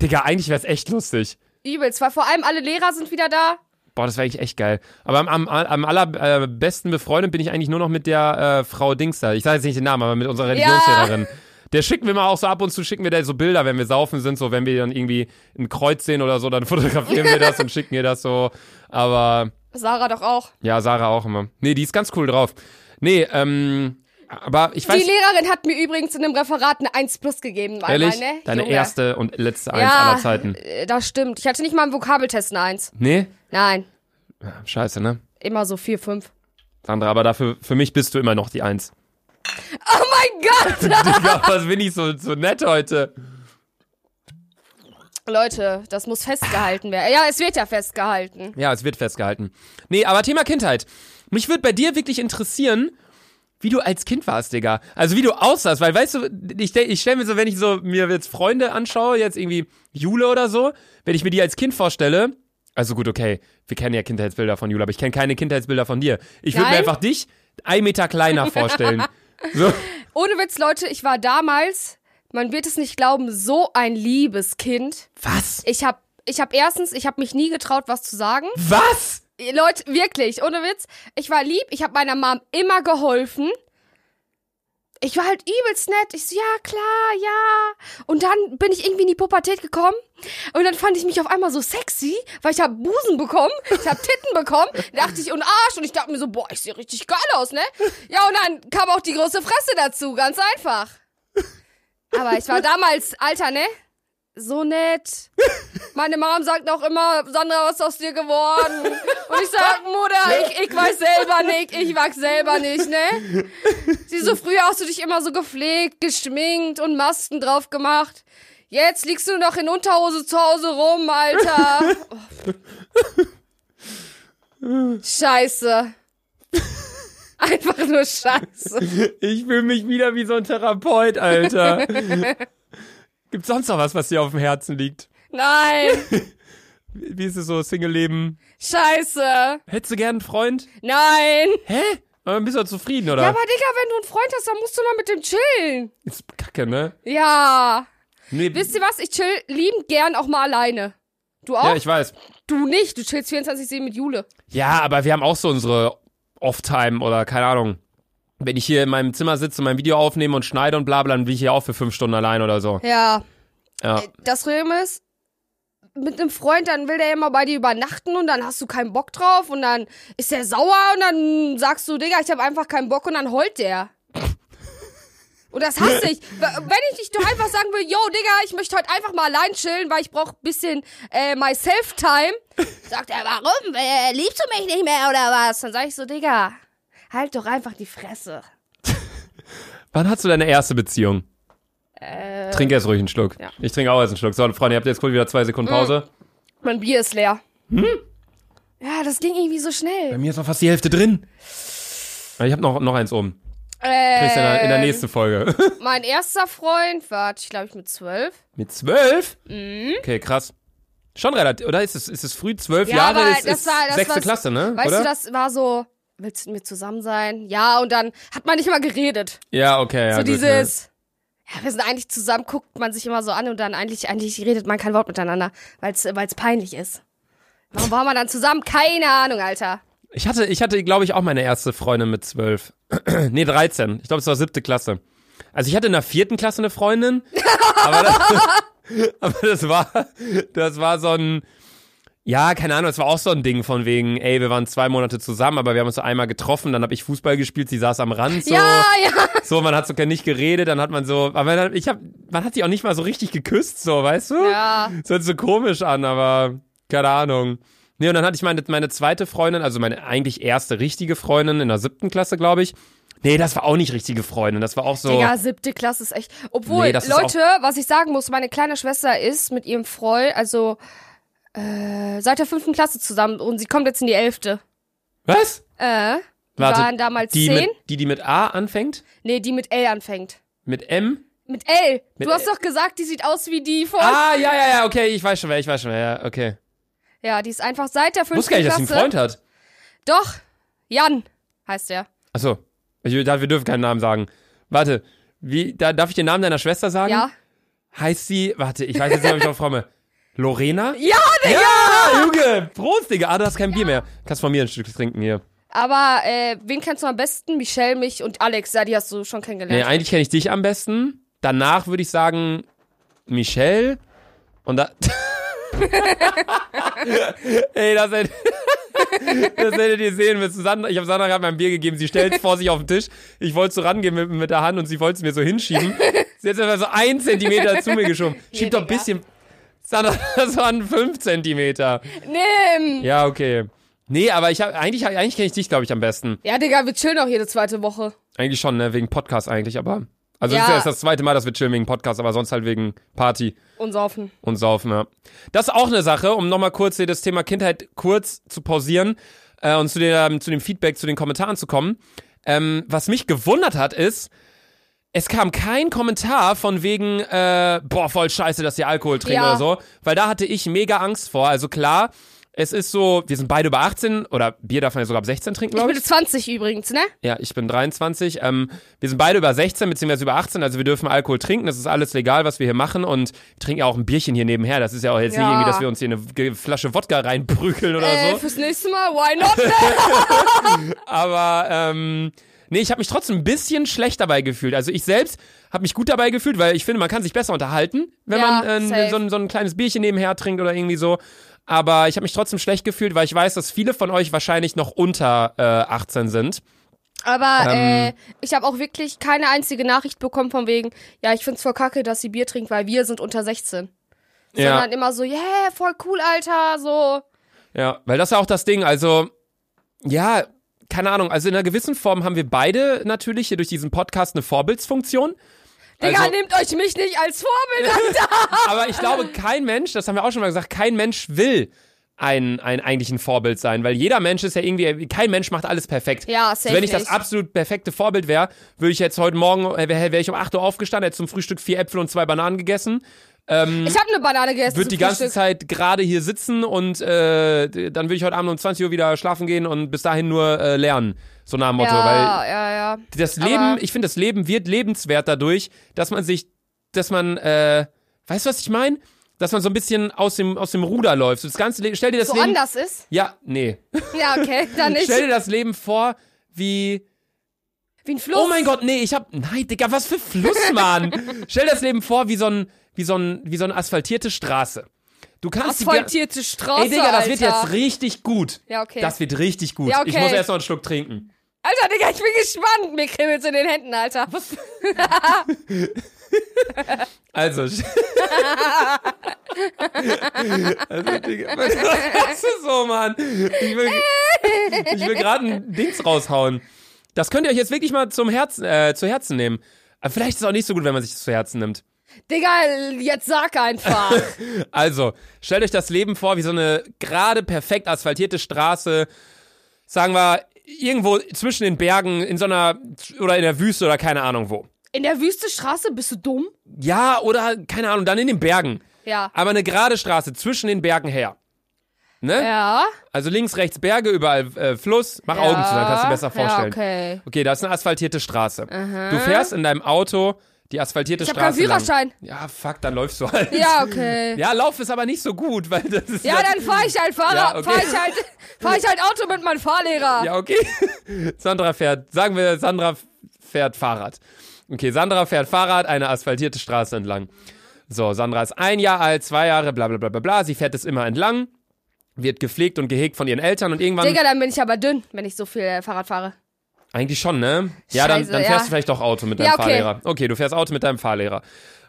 Speaker 2: Digga, eigentlich wäre es echt lustig.
Speaker 1: Übelst, weil vor allem alle Lehrer sind wieder da.
Speaker 2: Boah, das wäre eigentlich echt geil. Aber am, am, am allerbesten befreundet bin ich eigentlich nur noch mit der äh, Frau Dings da. Ich sage jetzt nicht den Namen, aber mit unserer Religionslehrerin. Der schicken wir mal auch so ab und zu, schicken wir da so Bilder, wenn wir saufen sind, so wenn wir dann irgendwie ein Kreuz sehen oder so, dann [LAUGHS] fotografieren wir das und schicken ihr das so. Aber
Speaker 1: Sarah doch auch.
Speaker 2: ja, Sarah auch immer. Nee, die ist ganz cool drauf. Nee, ähm, aber ich weiß,
Speaker 1: die Lehrerin hat mir übrigens in dem Referat eine 1 plus gegeben. einmal,
Speaker 2: ehrlich,
Speaker 1: ne?
Speaker 2: deine
Speaker 1: Junge.
Speaker 2: erste und letzte Eins
Speaker 1: ja,
Speaker 2: aller Zeiten.
Speaker 1: äh, Das stimmt. Ich hatte nicht mal im Vokabeltest eine 1.
Speaker 2: Nee?
Speaker 1: Nein,
Speaker 2: Scheiße, ne?
Speaker 1: immer so 4, 5.
Speaker 2: Sandra, aber dafür, für mich bist du immer noch die Eins.
Speaker 1: Oh mein
Speaker 2: [LAUGHS]
Speaker 1: Gott!
Speaker 2: Digga, was bin ich so, so nett heute?
Speaker 1: Leute, das muss festgehalten werden. Ja, es wird ja festgehalten.
Speaker 2: Ja, es wird festgehalten. Nee, aber Thema Kindheit. Mich würde bei dir wirklich interessieren, wie du als Kind warst, Digga. Also wie du aussahst, weil weißt du, ich, denk- ich stelle mir so, wenn ich so mir jetzt Freunde anschaue, jetzt irgendwie Jule oder so, wenn ich mir die als Kind vorstelle, also gut, okay, wir kennen ja Kindheitsbilder von Jule, aber ich kenne keine Kindheitsbilder von dir. Ich würde mir
Speaker 1: Nein?
Speaker 2: einfach dich ein Meter kleiner
Speaker 1: [LAUGHS]
Speaker 2: vorstellen. so.
Speaker 1: Ohne Witz, Leute, ich war damals, man wird es nicht glauben, so ein liebes Kind.
Speaker 2: Was?
Speaker 1: Ich hab, ich hab erstens, ich hab mich nie getraut, was zu sagen.
Speaker 2: Was?
Speaker 1: Leute, wirklich, ohne Witz. Ich war lieb, ich hab meiner Mom immer geholfen. Ich war halt übelst nett. Ich so, ja, klar, ja. Und dann bin ich irgendwie in die Pubertät gekommen. Und dann fand ich mich auf einmal so sexy, weil ich hab Busen bekommen, ich hab Titten bekommen, dachte ich, und Arsch. Und ich dachte mir so, boah, ich sehe richtig geil aus, ne? Ja, und dann kam auch die große Fresse dazu, ganz einfach. Aber ich war damals, Alter, ne? So nett. Meine Mom sagt auch immer, Sandra, was ist aus dir geworden? Und ich sag, Mutter, ich, ich weiß selber nicht, ich wachs selber nicht, ne? Sie so, früher hast du dich immer so gepflegt, geschminkt und Masken drauf gemacht. Jetzt liegst du noch in Unterhose zu Hause rum, Alter. Oh. Scheiße. Einfach nur Scheiße.
Speaker 2: Ich fühle mich wieder wie so ein Therapeut,
Speaker 1: [LAUGHS]
Speaker 2: Alter. Gibt's sonst noch was, was dir auf dem Herzen liegt?
Speaker 1: Nein.
Speaker 2: Wie ist es so, Single-Leben?
Speaker 1: Scheiße.
Speaker 2: Hättest du gern einen Freund?
Speaker 1: Nein.
Speaker 2: Hä? Aber bist du zufrieden, oder?
Speaker 1: Ja, aber Digga, wenn du einen Freund hast, dann musst du mal mit dem chillen.
Speaker 2: ist kacke, ne?
Speaker 1: Ja.
Speaker 2: Nee,
Speaker 1: Wisst ihr was? Ich chill liebend gern auch mal alleine. Du auch?
Speaker 2: ja, ich weiß.
Speaker 1: du nicht. Du chillst 24-7 mit Jule.
Speaker 2: Ja, aber wir haben auch so unsere Off-Time oder keine Ahnung. Wenn ich hier in meinem Zimmer sitze, mein Video aufnehme und schneide und
Speaker 1: Äh,
Speaker 2: bla bla, dann bin ich hier auch für fünf Stunden allein oder so.
Speaker 1: Ja.
Speaker 2: Ja.
Speaker 1: Das Problem ist, mit einem Freund, dann will der immer bei dir übernachten und dann hast du keinen Bock drauf und dann ist der sauer und dann sagst du, Digga, ich habe einfach keinen Bock und dann heult der. Und das hasse ich. W- Wenn ich nicht doch einfach sagen will, yo, Digga, ich möchte heute einfach mal allein chillen, weil ich brauche bisschen äh, my self-time, sagt er, warum? Äh, liebst du mich nicht mehr oder was? Dann sage ich so, Digga, halt doch einfach die Fresse.
Speaker 2: Wann hast du deine erste Beziehung? Äh, Trink erst ruhig einen Schluck.
Speaker 1: ja. Mhm.
Speaker 2: Ich trinke auch erst einen Schluck. So, Freunde, ihr habt jetzt cool wieder zwei Sekunden Pause.
Speaker 1: Mein Bier ist leer. Hm? Ja, das ging irgendwie so schnell.
Speaker 2: Bei mir ist noch fast die Hälfte drin. Ich habe noch, noch eins oben.
Speaker 1: Äh,
Speaker 2: Kriegst du in der, in
Speaker 1: Ähm.
Speaker 2: der nächsten Folge. [LAUGHS]
Speaker 1: mein erster Freund war, ich glaube ich, mit zwölf.
Speaker 2: Mit zwölf?
Speaker 1: Mhm.
Speaker 2: Okay, krass. Schon relativ, oder? Ist es, ist es früh zwölf
Speaker 1: Ja,
Speaker 2: Jahre?
Speaker 1: aber
Speaker 2: Ist,
Speaker 1: das
Speaker 2: ist
Speaker 1: war- das
Speaker 2: sechste
Speaker 1: war-
Speaker 2: Klasse, ne?
Speaker 1: Weißt
Speaker 2: oder?
Speaker 1: du, das war so, willst du mit mir zusammen sein? Ja, und dann hat man nicht mal geredet.
Speaker 2: Ja, okay. Ja,
Speaker 1: so
Speaker 2: gut,
Speaker 1: dieses, ja, wir sind eigentlich zusammen, guckt man sich immer so an und dann eigentlich, eigentlich redet man kein Wort miteinander, weil es peinlich ist. Warum war man dann zusammen? Keine Ahnung, Alter.
Speaker 2: ne? Ich hatte, ich hatte glaube ich, auch meine erste Freundin mit zwölf. [CLEARS THROAT] nee, 13. Ich glaube, es war siebte Klasse. Also ich hatte in der vierten Klasse
Speaker 1: [LAUGHS]
Speaker 2: eine Freundin, aber das, aber das [LAUGHS] war, das war so ein, ja, keine Ahnung, das war auch so ein Ding von wegen, ey, wir waren zwei Monate zusammen, aber wir haben uns so einmal getroffen, dann habe ich Fußball gespielt, sie saß am Rand, so.
Speaker 1: Ja,
Speaker 2: [LAUGHS]
Speaker 1: ja.
Speaker 2: So, man hat so nicht geredet, dann hat man so, aber dann, ich hab, man hat sich auch nicht mal so richtig geküsst, so, weißt du?
Speaker 1: Ja.
Speaker 2: Das hört so komisch an, aber keine Ahnung. Nee, und dann hatte ich meine, meine zweite Freundin, also meine eigentlich erste richtige Freundin in der siebten Klasse, glaube ich. Nee, das war auch nicht richtige Freundin, das war auch so.
Speaker 1: Digga, siebte Klasse ist echt. Obwohl,
Speaker 2: Nee, das ist
Speaker 1: Leute, was ich sagen muss, meine kleine Schwester ist mit ihrem Freund, also äh, seit der fünften Klasse zusammen und sie kommt jetzt in die elfte.
Speaker 2: was?
Speaker 1: Äh, die
Speaker 2: Warte,
Speaker 1: waren damals
Speaker 2: Die
Speaker 1: zehn.
Speaker 2: mit, die, die mit A anfängt?
Speaker 1: Nee, die mit L anfängt.
Speaker 2: Mit M?
Speaker 1: Mit L.
Speaker 2: Mit
Speaker 1: du hast
Speaker 2: L.
Speaker 1: doch gesagt, die sieht aus wie die von.
Speaker 2: Ah, ja, ja, ja, okay, ich weiß schon wer, ich weiß schon wer, ja, okay.
Speaker 1: Ja, die ist einfach seit der
Speaker 2: Ich
Speaker 1: fünften
Speaker 2: wusste gar nicht, dass
Speaker 1: Klasse.
Speaker 2: sie einen Freund hat.
Speaker 1: Doch, Jan heißt er.
Speaker 2: Achso, ich dachte, wir dürfen keinen Namen sagen. Warte, wie, da, darf ich den Namen deiner Schwester sagen?
Speaker 1: Ja.
Speaker 2: heißt sie, warte, ich weiß jetzt nicht, ob ich drauf komme. Lorena?
Speaker 1: Ja, Digga!
Speaker 2: Ja, Junge! Prost, Digga! Ah, du hast kein Bier mehr. Kannst von mir ein Stück trinken hier.
Speaker 1: Aber äh, wen kennst du am besten? Michelle, mich und Alex. Ja, die hast du schon
Speaker 2: Nee,
Speaker 1: kennengelernt.
Speaker 2: eigentlich kenne ich dich am besten. Danach würde ich sagen, Michelle. Und da. [LAUGHS] Ey, das hättet, [LAUGHS] das hättet ihr sehen müssen. Sandra, ich habe Sandra gerade mein Bier gegeben. Sie stellt es vor sich auf den Tisch. Ich wollte so rangehen mit, mit der Hand und sie wollte es mir so hinschieben. Sie hat es einfach so einen Zentimeter zu mir geschoben. Schieb doch ein
Speaker 1: Digga.
Speaker 2: bisschen. Sandra, [LAUGHS] das waren fünf Zentimeter.
Speaker 1: Nee. ähm,
Speaker 2: Ja, okay. Nee, aber ich hab, eigentlich, eigentlich kenne ich dich, glaube ich, am besten.
Speaker 1: Ja, Digga, wir chillen auch jede zweite Woche.
Speaker 2: Eigentlich schon, ne? Wegen Podcast eigentlich, aber. Also das
Speaker 1: Ja.
Speaker 2: ist ja erst das zweite Mal, dass wir chillen wegen Podcast, aber sonst halt wegen Party
Speaker 1: Und saufen.
Speaker 2: und Saufen, ja. Das ist auch eine Sache, um nochmal kurz hier das Thema Kindheit kurz zu pausieren äh, und zu, der, zu dem Feedback, zu den Kommentaren zu kommen. Ähm, was mich gewundert hat, ist, es kam kein Kommentar von wegen, äh, boah, voll scheiße, dass ihr Alkohol trinkt
Speaker 1: Ja.
Speaker 2: oder so, weil da hatte ich mega Angst vor. Also klar, es ist so, wir sind beide über 18 oder Bier darf man ja sogar ab 16 trinken,
Speaker 1: Ich
Speaker 2: glaube
Speaker 1: bin
Speaker 2: ich.
Speaker 1: jetzt 20 übrigens, ne?
Speaker 2: Ja, ich bin 23. Ähm, wir sind beide über 16 beziehungsweise über 18, also wir dürfen Alkohol trinken. Das ist alles legal, was wir hier machen und wir trinken ja auch ein Bierchen hier nebenher. Das ist ja auch jetzt nicht
Speaker 1: Ja.
Speaker 2: irgendwie, dass wir uns hier eine G- Flasche Wodka reinprügeln oder
Speaker 1: Äh,
Speaker 2: so.
Speaker 1: fürs nächste Mal, why not?
Speaker 2: [LAUGHS] Aber ähm, nee, ich habe mich trotzdem ein bisschen schlecht dabei gefühlt. Also ich selbst habe mich gut dabei gefühlt, weil ich finde, man kann sich besser unterhalten, wenn
Speaker 1: Ja,
Speaker 2: man äh,
Speaker 1: safe.
Speaker 2: so, ein- so ein kleines Bierchen nebenher trinkt oder irgendwie so. Aber ich habe mich trotzdem schlecht gefühlt, weil ich weiß, dass viele von euch wahrscheinlich noch unter äh, 18 sind.
Speaker 1: Aber
Speaker 2: Ähm.
Speaker 1: äh, ich habe auch wirklich keine einzige Nachricht bekommen von wegen, ja, ich find's voll kacke, dass sie Bier trinkt, weil wir sind unter 16. Sondern halt immer so, yeah, voll cool, Alter, so.
Speaker 2: Ja, weil das ist ja auch das Ding. Also, ja, keine Ahnung. Also in einer gewissen Form haben wir beide natürlich hier durch diesen Podcast eine Vorbildsfunktion.
Speaker 1: Digga,
Speaker 2: Also-
Speaker 1: nehmt euch mich nicht als Vorbild an.
Speaker 2: Aber ich glaube, kein Mensch, das haben wir auch schon mal gesagt, kein Mensch will ein, ein eigentlich ein Vorbild sein, weil jeder Mensch ist ja irgendwie, kein Mensch macht alles perfekt.
Speaker 1: Ja, safe
Speaker 2: also wenn ich das
Speaker 1: nicht.
Speaker 2: absolut perfekte Vorbild wäre, würde ich jetzt heute Morgen, äh, wäre wär ich um 8 Uhr aufgestanden, hätte zum Frühstück vier Äpfel und zwei Bananen gegessen,
Speaker 1: Ich habe eine Banane gegessen.
Speaker 2: würde
Speaker 1: zum
Speaker 2: Ähm, die ganze
Speaker 1: Frühstück.
Speaker 2: Zeit gerade hier sitzen und äh, d- dann würde ich heute Abend um 20 Uhr wieder schlafen gehen und bis dahin nur äh, lernen. So nach dem Motto, weil
Speaker 1: Ja, ja, ja.
Speaker 2: das
Speaker 1: Aber-
Speaker 2: Leben, ich finde, das Leben wird lebenswert dadurch, dass man sich, dass man, äh, weißt du, was ich meine? Dass man so ein bisschen aus dem, aus dem Ruder läuft. So Das ganze Leben, stell dir das
Speaker 1: So
Speaker 2: Leben.
Speaker 1: anders ist.
Speaker 2: Ja, nee.
Speaker 1: Ja, okay,
Speaker 2: [LAUGHS]
Speaker 1: dann nicht.
Speaker 2: Stell dir das Leben vor, wie.
Speaker 1: Wie ein Fluss.
Speaker 2: Oh mein Gott, nee, ich hab. Nein, Digga, was
Speaker 1: [LAUGHS]
Speaker 2: für Fluss, Mann! stell dir das Leben vor, wie so ein, wie so ein, wie so eine asphaltierte Straße. Du kannst die ga-
Speaker 1: Asphaltierte Straße.
Speaker 2: Ey, Digga, das
Speaker 1: Alter.
Speaker 2: wird jetzt richtig gut.
Speaker 1: Ja, okay.
Speaker 2: Das wird richtig gut.
Speaker 1: Ja,
Speaker 2: Ich
Speaker 1: okay.
Speaker 2: muss erst noch einen Schluck trinken.
Speaker 1: Alter, Digga, ich bin gespannt. Mir kribbelt's in den Händen, Alter.
Speaker 2: Also. sch- also Digga, [LAUGHS] was ist das so, Mann? Ich will, ich will gerade ein Dings raushauen. Das könnt ihr euch jetzt wirklich mal zum Herzen, äh, zu Herzen nehmen. Aber vielleicht ist es auch nicht so gut, wenn man sich das zu Herzen nimmt.
Speaker 1: Digga, jetzt sag einfach.
Speaker 2: [LAUGHS] Also, stellt euch das Leben vor wie so eine gerade perfekt asphaltierte Straße, sagen wir irgendwo zwischen den Bergen in so einer oder in der Wüste oder keine Ahnung wo.
Speaker 1: In der Wüste Straße bist du dumm? Ah.
Speaker 2: Ja, oder halt, keine Ahnung, dann in den Bergen.
Speaker 1: Ja.
Speaker 2: Aber eine gerade Straße zwischen den Bergen her. Ne?
Speaker 1: Ja.
Speaker 2: Also links, rechts Berge, überall äh, Fluss. Mach Augen zu, dann kannst du dir besser vorstellen.
Speaker 1: Ja, okay.
Speaker 2: okay, da ist eine asphaltierte Straße. Du fährst in deinem Auto die asphaltierte
Speaker 1: Ich hab keinen
Speaker 2: Straße. lang.
Speaker 1: Führerschein.
Speaker 2: Ja, fuck, dann läufst du halt.
Speaker 1: Ja, okay.
Speaker 2: Ja, Lauf ist aber nicht so gut, weil das ist
Speaker 1: Ja, dann fahr ich halt Fahrrad,
Speaker 2: Ja, okay.
Speaker 1: fahr ich halt, fahr ich halt Auto mit meinem Fahrlehrer.
Speaker 2: Ja, okay. [LAUGHS] Sandra fährt, sagen wir, Sandra fährt Fahrrad. Okay, Sandra fährt Fahrrad eine asphaltierte Straße entlang. So, Sandra ist ein Jahr alt, zwei Jahre, bla bla bla bla bla. Sie fährt es immer entlang, wird gepflegt und gehegt von ihren Eltern und irgendwann.
Speaker 1: Digga, dann bin ich aber dünn, wenn ich so viel äh, Fahrrad fahre.
Speaker 2: Eigentlich schon, ne? Ja, dann,
Speaker 1: Scheiße,
Speaker 2: dann fährst
Speaker 1: ja.
Speaker 2: du vielleicht doch Auto mit deinem
Speaker 1: Ja, okay.
Speaker 2: Fahrlehrer. Okay, du fährst Auto mit deinem Fahrlehrer.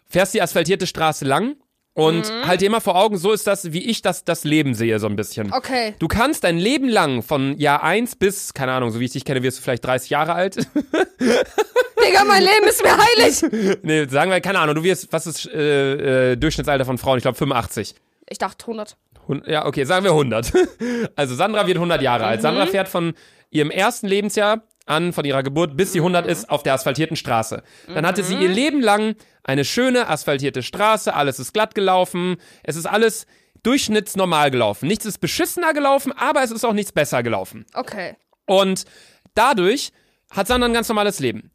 Speaker 2: Fährst die asphaltierte Straße lang und
Speaker 1: Mhm.
Speaker 2: halt dir immer vor Augen, so ist das, wie ich das, das Leben sehe, so ein bisschen.
Speaker 1: Okay.
Speaker 2: Du kannst dein Leben lang von Jahr 1 bis, keine Ahnung, so wie ich dich kenne, wirst du vielleicht 30 Jahre alt. [LAUGHS]
Speaker 1: Digga, mein Leben ist mir heilig.
Speaker 2: nee, sagen wir, keine Ahnung, du wirst, was ist äh, äh, Durchschnittsalter von Frauen? Ich glaube 85.
Speaker 1: Ich dachte 100.
Speaker 2: Hun- Ja, okay, sagen wir 100. [LAUGHS] Also Sandra wird 100 Jahre alt. Sandra fährt von ihrem ersten Lebensjahr an, von ihrer Geburt, bis sie 100 ist, auf der asphaltierten Straße. Dann hatte sie ihr Leben lang eine schöne asphaltierte Straße, alles ist glatt gelaufen, es ist alles durchschnittsnormal gelaufen. Nichts ist beschissener gelaufen, aber es ist auch nichts besser gelaufen.
Speaker 1: Okay.
Speaker 2: Und dadurch hat Sandra ein ganz normales Leben.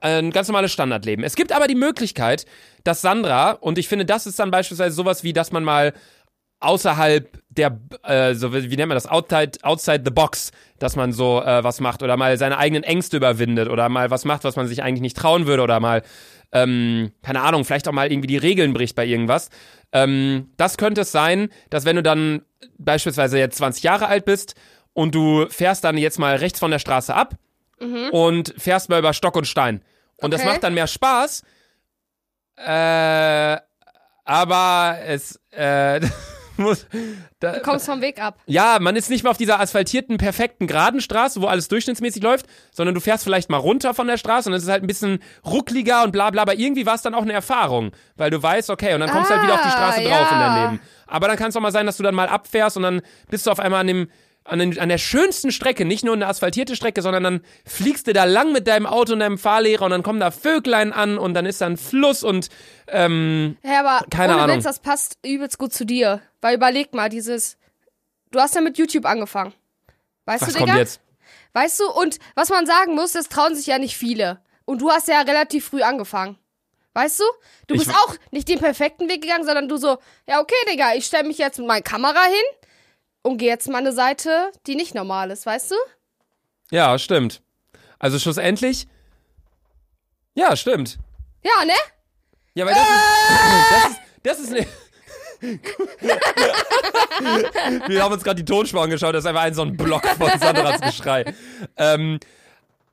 Speaker 2: Ein ganz normales Standardleben. Es gibt aber die Möglichkeit, dass Sandra, und ich finde, das ist dann beispielsweise sowas wie, dass man mal außerhalb der, äh, so wie wie nennt man das, outside, outside the box, dass man so äh, was macht oder mal seine eigenen Ängste überwindet oder mal was macht, was man sich eigentlich nicht trauen würde oder mal, ähm, keine Ahnung, vielleicht auch mal irgendwie die Regeln bricht bei irgendwas. Ähm, das könnte es sein, dass wenn du dann beispielsweise jetzt 20 Jahre alt bist und du fährst dann jetzt mal rechts von der Straße ab und fährst mal über Stock und Stein. Und das
Speaker 1: Okay.
Speaker 2: macht dann mehr Spaß. Äh, aber es äh, muss. Da,
Speaker 1: Du kommst vom Weg ab.
Speaker 2: ja, man ist nicht mehr auf dieser asphaltierten, perfekten, geraden Straße, wo alles durchschnittsmäßig läuft, sondern du fährst vielleicht mal runter von der Straße und es ist halt ein bisschen ruckliger und bla bla, aber irgendwie war es dann auch eine Erfahrung, weil du weißt, okay, und dann kommst du halt wieder auf die
Speaker 1: Ah,
Speaker 2: Straße
Speaker 1: ja.
Speaker 2: drauf in dein Leben. Aber dann kann es auch mal sein, dass du dann mal abfährst und dann bist du auf einmal an dem an, den, an der schönsten Strecke, nicht nur eine asphaltierte Strecke, sondern dann fliegst du da lang mit deinem Auto und deinem Fahrlehrer und dann kommen da Vöglein an und dann ist da ein Fluss und
Speaker 1: Hä, aber
Speaker 2: Keine
Speaker 1: ohne
Speaker 2: Ahnung.
Speaker 1: Witz, das passt übelst gut zu dir. Weil überleg mal, dieses. Du hast ja mit YouTube angefangen. Weißt
Speaker 2: was
Speaker 1: du,
Speaker 2: kommt
Speaker 1: Digga?
Speaker 2: jetzt?
Speaker 1: Weißt du, und was man sagen muss, das trauen sich ja nicht viele. Und du hast ja relativ früh angefangen. Weißt du? Du
Speaker 2: Ich
Speaker 1: bist
Speaker 2: w-
Speaker 1: auch nicht den perfekten Weg gegangen, sondern du so, ja, okay, Digga, ich stelle mich jetzt mit meiner Kamera hin und gehe jetzt mal eine Seite, die nicht normal ist, weißt du?
Speaker 2: Ja, stimmt. Also schlussendlich. Ja, stimmt.
Speaker 1: Ja, ne?
Speaker 2: Ja, weil das ist. Das ist, das ist eine Wir haben uns gerade die Tonspur angeschaut, das ist einfach ein so ein Block von Sandras Geschrei. Ähm,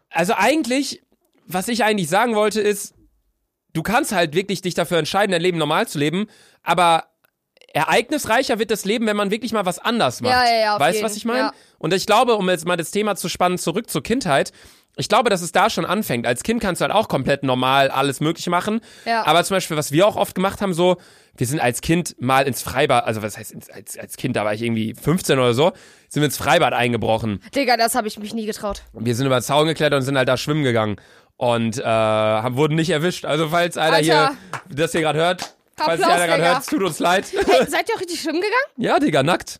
Speaker 2: also eigentlich, was ich eigentlich sagen wollte, ist, du kannst halt wirklich dich dafür entscheiden, dein Leben normal zu leben, aber ereignisreicher wird das Leben, wenn man wirklich mal was anders macht.
Speaker 1: Ja, ja, ja, auf
Speaker 2: weißt du,
Speaker 1: jeden,
Speaker 2: was ich meine?
Speaker 1: ja.
Speaker 2: Und ich glaube, um jetzt mal das Thema zu spannen, zurück zur Kindheit, ich glaube, dass es da schon anfängt. Als Kind kannst du halt auch komplett normal alles möglich machen.
Speaker 1: Ja.
Speaker 2: Aber zum Beispiel, was wir auch oft gemacht haben, so, wir sind als Kind mal ins Freibad, also was heißt ins, als, als Kind, da war ich irgendwie 15 oder so, sind wir ins Freibad eingebrochen.
Speaker 1: Digga, das habe ich mich nie getraut.
Speaker 2: Wir sind über den Zaun geklettert und sind halt da schwimmen gegangen. Und äh, haben, wurden nicht erwischt. Also falls einer hier
Speaker 1: Alter.
Speaker 2: das hier gerade hört, falls
Speaker 1: Applaus,
Speaker 2: hier einer gerade
Speaker 1: Digga.
Speaker 2: hört, es tut uns leid. [LAUGHS]
Speaker 1: Hey, seid ihr auch richtig schwimmen gegangen?
Speaker 2: Ja, Digga, nackt.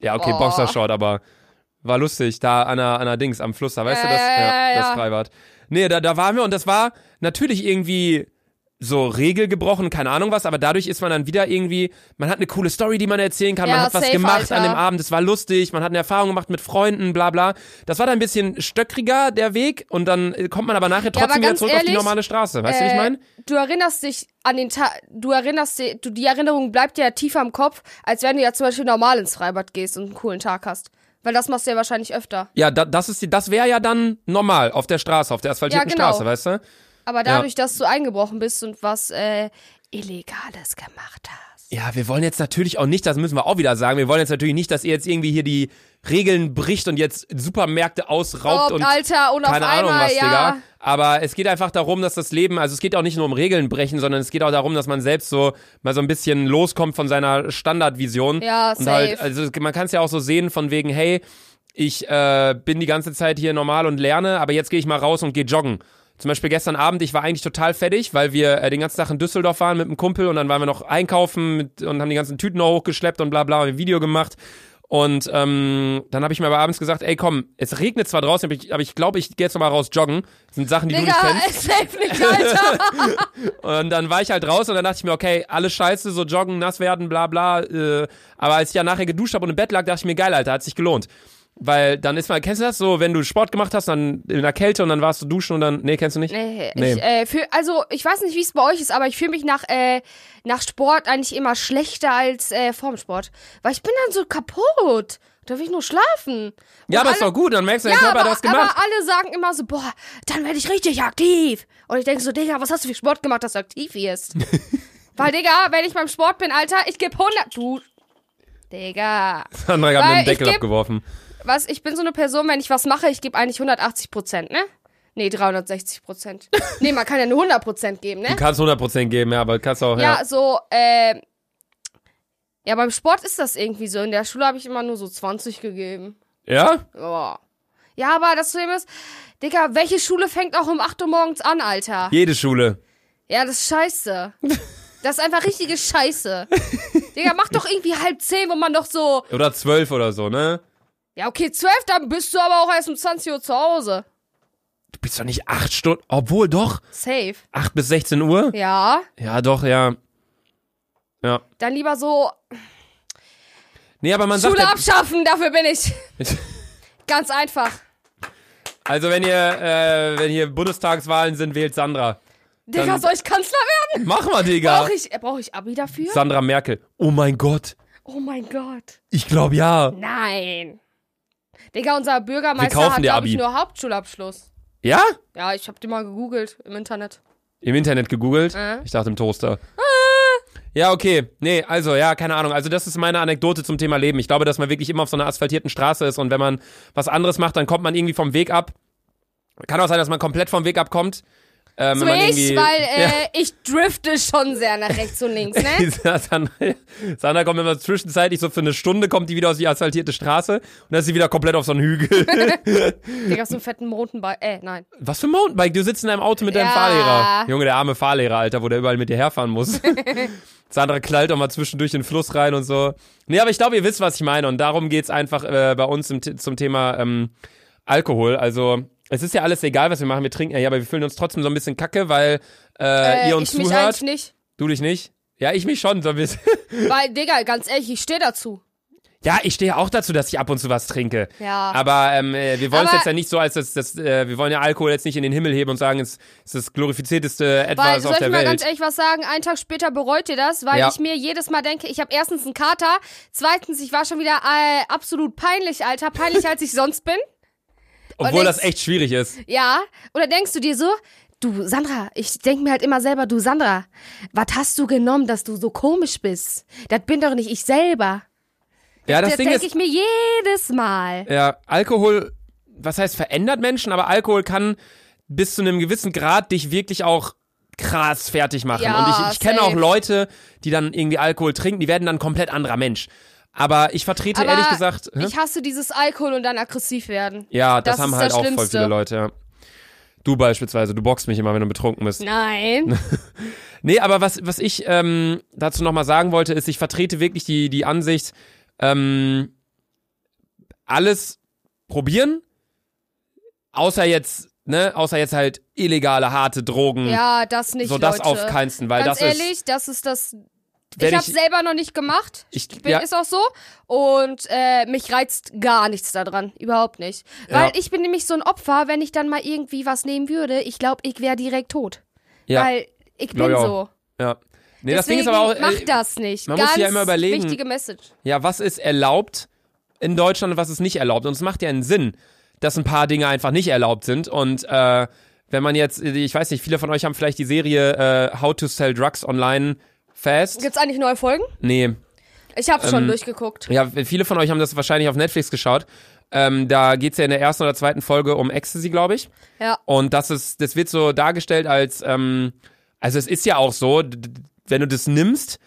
Speaker 2: Ja, okay,
Speaker 1: Boah.
Speaker 2: Boxershort, aber war lustig. Da an der, an der Dings am Fluss, da weißt
Speaker 1: Ja,
Speaker 2: du das?
Speaker 1: ja, ja,
Speaker 2: das
Speaker 1: ja.
Speaker 2: Freibad. Nee, da, da waren wir und das war natürlich irgendwie so Regel gebrochen, keine Ahnung was, aber dadurch ist man dann wieder irgendwie, man hat eine coole Story, die man erzählen kann,
Speaker 1: Ja,
Speaker 2: man hat was
Speaker 1: safe,
Speaker 2: gemacht
Speaker 1: Alter.
Speaker 2: an dem Abend, es war lustig, man hat eine Erfahrung gemacht mit Freunden, bla bla. Das war dann ein bisschen stöckriger, der Weg, und dann äh, kommt man aber nachher
Speaker 1: aber
Speaker 2: trotzdem wieder
Speaker 1: ganz
Speaker 2: zurück auf die
Speaker 1: ehrlich,
Speaker 2: normale Straße, weißt du, wie ich
Speaker 1: Äh,
Speaker 2: meine?
Speaker 1: Du erinnerst dich an den Tag, du erinnerst dich, du, die Erinnerung bleibt dir ja tiefer im Kopf, als wenn du ja zum Beispiel normal ins Freibad gehst und einen coolen Tag hast. Weil das machst du ja wahrscheinlich öfter.
Speaker 2: Ja, da, das ist die, das wäre ja dann normal auf der Straße, auf der asphaltierten
Speaker 1: Ja, genau.
Speaker 2: Straße, weißt du?
Speaker 1: Aber dadurch, dass du eingebrochen bist und was äh, Illegales gemacht hast.
Speaker 2: Ja, wir wollen jetzt natürlich auch nicht, das müssen wir auch wieder sagen, wir wollen jetzt natürlich nicht, dass ihr jetzt irgendwie hier die Regeln bricht und jetzt Supermärkte
Speaker 1: Raubt,
Speaker 2: ausraubt und
Speaker 1: Alter, und
Speaker 2: keine
Speaker 1: auf
Speaker 2: Ahnung
Speaker 1: einmal,
Speaker 2: was,
Speaker 1: ja.
Speaker 2: Digga. Aber es geht einfach darum, dass das Leben, also es geht auch nicht nur um Regeln brechen, sondern es geht auch darum, dass man selbst so mal so ein bisschen loskommt von seiner Standardvision.
Speaker 1: Ja,
Speaker 2: und
Speaker 1: safe.
Speaker 2: halt, also man kann es ja auch so sehen von wegen, hey, ich äh, bin die ganze Zeit hier normal und lerne, aber jetzt gehe ich mal raus und gehe joggen. Zum Beispiel gestern Abend, ich war eigentlich total fertig, weil wir äh, den ganzen Tag in Düsseldorf waren mit einem Kumpel und dann waren wir noch einkaufen mit, und haben die ganzen Tüten noch hochgeschleppt und bla bla und ein Video gemacht. Und ähm, dann habe ich mir aber abends gesagt, ey komm, es regnet zwar draußen, aber ich glaube, ich, glaub, ich gehe jetzt nochmal raus joggen. Das sind Sachen, die du nicht
Speaker 1: Digga, [LAUGHS]
Speaker 2: kennst.
Speaker 1: safe nicht,
Speaker 2: [LAUGHS]
Speaker 1: Alter.
Speaker 2: Und dann war ich halt raus und dann dachte ich mir, okay, alles scheiße, so joggen, nass werden, bla bla. Äh, aber als ich ja nachher geduscht habe und im Bett lag, dachte ich mir, geil, Alter, hat sich gelohnt. Weil dann ist mal, kennst du das so, wenn du Sport gemacht hast, dann in der Kälte und dann warst du duschen und dann, nee, kennst du nicht?
Speaker 1: Nee,
Speaker 2: Nee.
Speaker 1: Ich, äh, fühl, also ich weiß nicht, wie es bei euch ist, aber ich fühle mich nach, äh, nach Sport eigentlich immer schlechter als äh, vorm Sport. Weil ich bin dann so kaputt. Da will ich nur schlafen.
Speaker 2: ja,
Speaker 1: Und
Speaker 2: aber ist
Speaker 1: alle-
Speaker 2: doch gut, dann merkst du, der Körper
Speaker 1: aber,
Speaker 2: hat das gemacht.
Speaker 1: aber alle sagen immer so, boah, dann werde ich richtig aktiv. Und ich denke so, Digga, was hast du für Sport gemacht, dass du aktiv
Speaker 2: [LAUGHS]
Speaker 1: wirst? Weil, Digga, wenn ich beim Sport bin, Alter, ich gebe 100. Du, Digga.
Speaker 2: [LAUGHS] Sandra hat
Speaker 1: Weil
Speaker 2: mir den
Speaker 1: ich
Speaker 2: Deckel
Speaker 1: geb-
Speaker 2: abgeworfen.
Speaker 1: Was, ich bin so eine Person, wenn ich was mache, ich gebe eigentlich 180 Prozent, ne? Nee, 360
Speaker 2: [LAUGHS]
Speaker 1: Prozent. nee, man kann ja nur 100 Prozent geben, ne?
Speaker 2: Du kannst 100% geben, ja, aber kannst auch, ja.
Speaker 1: Ja, so, äh, ja, beim Sport ist das irgendwie so. In der Schule habe ich immer nur so 20 gegeben.
Speaker 2: Ja?
Speaker 1: Ja. Ja, aber das Problem ist, Digga, welche Schule fängt auch um 8 Uhr morgens an, Alter?
Speaker 2: Jede Schule.
Speaker 1: Ja, das ist scheiße. Das ist einfach richtige Scheiße. Digga, mach doch irgendwie halb zehn, wo man doch so.
Speaker 2: Oder zwölf oder so, ne?
Speaker 1: Ja, okay, zwölf, dann bist du aber auch erst um 20 Uhr zu Hause.
Speaker 2: Du bist doch nicht acht Stunden, obwohl doch,
Speaker 1: Safe.
Speaker 2: acht bis 16 Uhr?
Speaker 1: Ja.
Speaker 2: Ja, doch, ja. Ja.
Speaker 1: Dann lieber so
Speaker 2: Nee, aber man sagt,
Speaker 1: Schule
Speaker 2: ja-
Speaker 1: abschaffen, dafür bin ich. Ganz einfach.
Speaker 2: Also wenn ihr, äh, wenn hier Bundestagswahlen sind, wählt Sandra.
Speaker 1: Digga,
Speaker 2: Dann-
Speaker 1: soll ich Kanzler werden?
Speaker 2: Mach mal, Digga.
Speaker 1: Brauche ich, äh, brauch ich Abi dafür?
Speaker 2: Sandra Merkel. Oh mein Gott.
Speaker 1: Oh mein Gott.
Speaker 2: Ich glaube ja.
Speaker 1: Nein. Digga, unser
Speaker 2: Wir
Speaker 1: Bürgermeister
Speaker 2: kaufen
Speaker 1: hat,
Speaker 2: dir
Speaker 1: glaube ich,
Speaker 2: Abi.
Speaker 1: nur Hauptschulabschluss.
Speaker 2: Ja?
Speaker 1: Ja, ich hab die mal gegoogelt im Internet.
Speaker 2: Im Internet gegoogelt.
Speaker 1: Äh.
Speaker 2: Ich dachte im Toaster. Ja, okay. Nee, also ja, keine Ahnung. Also das ist meine Anekdote zum Thema Leben. Ich glaube, dass man wirklich immer auf so einer asphaltierten Straße ist und wenn man was anderes macht, dann kommt man irgendwie vom Weg ab. Kann auch sein, dass man komplett vom Weg abkommt. Ähm,
Speaker 1: So
Speaker 2: wenn man
Speaker 1: ich,
Speaker 2: irgendwie- [LAUGHS]
Speaker 1: weil äh, ich drifte schon sehr nach rechts und links,
Speaker 2: [LAUGHS]
Speaker 1: ne?
Speaker 2: Dieser Sandra, Sandra kommt immer zwischenzeitlich, so für eine Stunde kommt die wieder aus die asphaltierte Straße und dann ist sie wieder komplett auf so
Speaker 1: [LAUGHS]
Speaker 2: einen Hügel.
Speaker 1: Digga, so einen fetten Mountainbike. Äh, nein.
Speaker 2: Was für ein Mountainbike? Du sitzt in einem Auto mit deinem
Speaker 1: Ja.
Speaker 2: Fahrlehrer. Junge, der arme Fahrlehrer, Alter, wo der überall mit dir
Speaker 1: [LAUGHS]
Speaker 2: herfahren muss. Sandra knallt auch mal zwischendurch in den Fluss rein und so. Nee, aber ich glaube, ihr wisst, was ich meine. Und darum geht's einfach äh, bei uns im, T- zum Thema ähm, Alkohol. Also, es ist ja alles egal, was wir machen. Wir trinken ja, hier, aber wir fühlen uns trotzdem so ein bisschen kacke, weil äh,
Speaker 1: Äh,
Speaker 2: ihr uns
Speaker 1: ich mich
Speaker 2: zuhört.
Speaker 1: eigentlich nicht.
Speaker 2: Du dich nicht? Ja, ich mich schon so ein bisschen.
Speaker 1: Weil, Digga, ganz ehrlich, ich stehe dazu.
Speaker 2: Ja, ich stehe auch dazu, dass ich ab und zu was trinke.
Speaker 1: Ja.
Speaker 2: Aber ähm, äh, wir wollen es
Speaker 1: Aber-
Speaker 2: jetzt ja nicht so, als das, das äh, wir wollen ja Alkohol jetzt nicht in den Himmel heben und sagen, es ist das glorifizierteste
Speaker 1: Weil,
Speaker 2: etwas
Speaker 1: soll
Speaker 2: auf
Speaker 1: ich
Speaker 2: der
Speaker 1: mal ganz e-
Speaker 2: Welt.
Speaker 1: ehrlich was sagen? Einen Tag später bereut ihr das, weil
Speaker 2: Ja.
Speaker 1: ich mir jedes Mal denke, ich habe erstens einen Kater, zweitens, ich war schon wieder äh, absolut peinlich, Alter. Peinlicher, als ich sonst bin.
Speaker 2: Obwohl
Speaker 1: Und
Speaker 2: das
Speaker 1: ich-
Speaker 2: echt schwierig ist.
Speaker 1: Ja, oder denkst du dir so, du Sandra, ich denk mir halt immer selber, du Sandra, was hast du genommen, dass du so komisch bist? Das bin doch nicht ich selber.
Speaker 2: Ja, das,
Speaker 1: Das,
Speaker 2: Ding
Speaker 1: denk
Speaker 2: ist,
Speaker 1: ich mir jedes Mal.
Speaker 2: ja, Alkohol, was heißt verändert Menschen, aber Alkohol kann bis zu einem gewissen Grad dich wirklich auch krass fertig machen.
Speaker 1: Ja,
Speaker 2: und ich, ich kenne auch
Speaker 1: safe.
Speaker 2: Leute, die dann irgendwie Alkohol trinken, die werden dann komplett anderer Mensch. Aber ich vertrete
Speaker 1: Aber
Speaker 2: ehrlich gesagt. Hä?
Speaker 1: Ich hasse dieses Alkohol und dann aggressiv werden.
Speaker 2: Ja, das,
Speaker 1: Das
Speaker 2: haben
Speaker 1: ist
Speaker 2: halt
Speaker 1: das
Speaker 2: auch voll
Speaker 1: Schlimmste.
Speaker 2: viele Leute. Ja. Du beispielsweise, du boxst mich immer, wenn du betrunken bist. [LAUGHS]
Speaker 1: Nein.
Speaker 2: Nee, aber was, was ich ähm, dazu nochmal sagen wollte, ist, ich vertrete wirklich die, die Ansicht, ähm, alles probieren, außer jetzt ne, außer jetzt halt illegale, harte Drogen.
Speaker 1: Ja, das nicht.
Speaker 2: so das
Speaker 1: Leute.
Speaker 2: auf keinen, weil
Speaker 1: Ganz
Speaker 2: das
Speaker 1: ehrlich,
Speaker 2: ist.
Speaker 1: das ist das.
Speaker 2: Wenn
Speaker 1: Ich habe
Speaker 2: ich-
Speaker 1: selber noch nicht gemacht.
Speaker 2: Ich-
Speaker 1: bin,
Speaker 2: ja.
Speaker 1: Ist auch so. Und äh, mich reizt gar nichts daran. Überhaupt nicht. Weil
Speaker 2: Ja.
Speaker 1: ich bin nämlich so ein Opfer, wenn ich dann mal irgendwie was nehmen würde. Ich glaube, ich wäre direkt tot.
Speaker 2: Ja,
Speaker 1: Weil ich bin
Speaker 2: Glaub ich auch.
Speaker 1: so.
Speaker 2: ja. Nee, das Ding
Speaker 1: halt Deswegen
Speaker 2: ist aber auch. äh,
Speaker 1: Mach das nicht.
Speaker 2: man muss
Speaker 1: Ganz
Speaker 2: sich ja immer überlegen.
Speaker 1: Wichtige Message.
Speaker 2: ja, was ist erlaubt in Deutschland und was ist nicht erlaubt? Und es macht ja einen Sinn, dass ein paar Dinge einfach nicht erlaubt sind. Und äh, wenn man jetzt, ich weiß nicht, viele von euch haben vielleicht die Serie äh, How to Sell Drugs Online Fast.
Speaker 1: Gibt's eigentlich neue Folgen?
Speaker 2: nee.
Speaker 1: Ich
Speaker 2: Ähm,
Speaker 1: habe schon durchgeguckt.
Speaker 2: Ja, viele von euch haben das wahrscheinlich auf Netflix geschaut. Ähm, da geht's ja in der ersten oder zweiten Folge um Ecstasy, glaube ich.
Speaker 1: Ja.
Speaker 2: Und das ist, das wird so dargestellt als, ähm, also es ist ja auch so, d- d- wenn du das nimmst,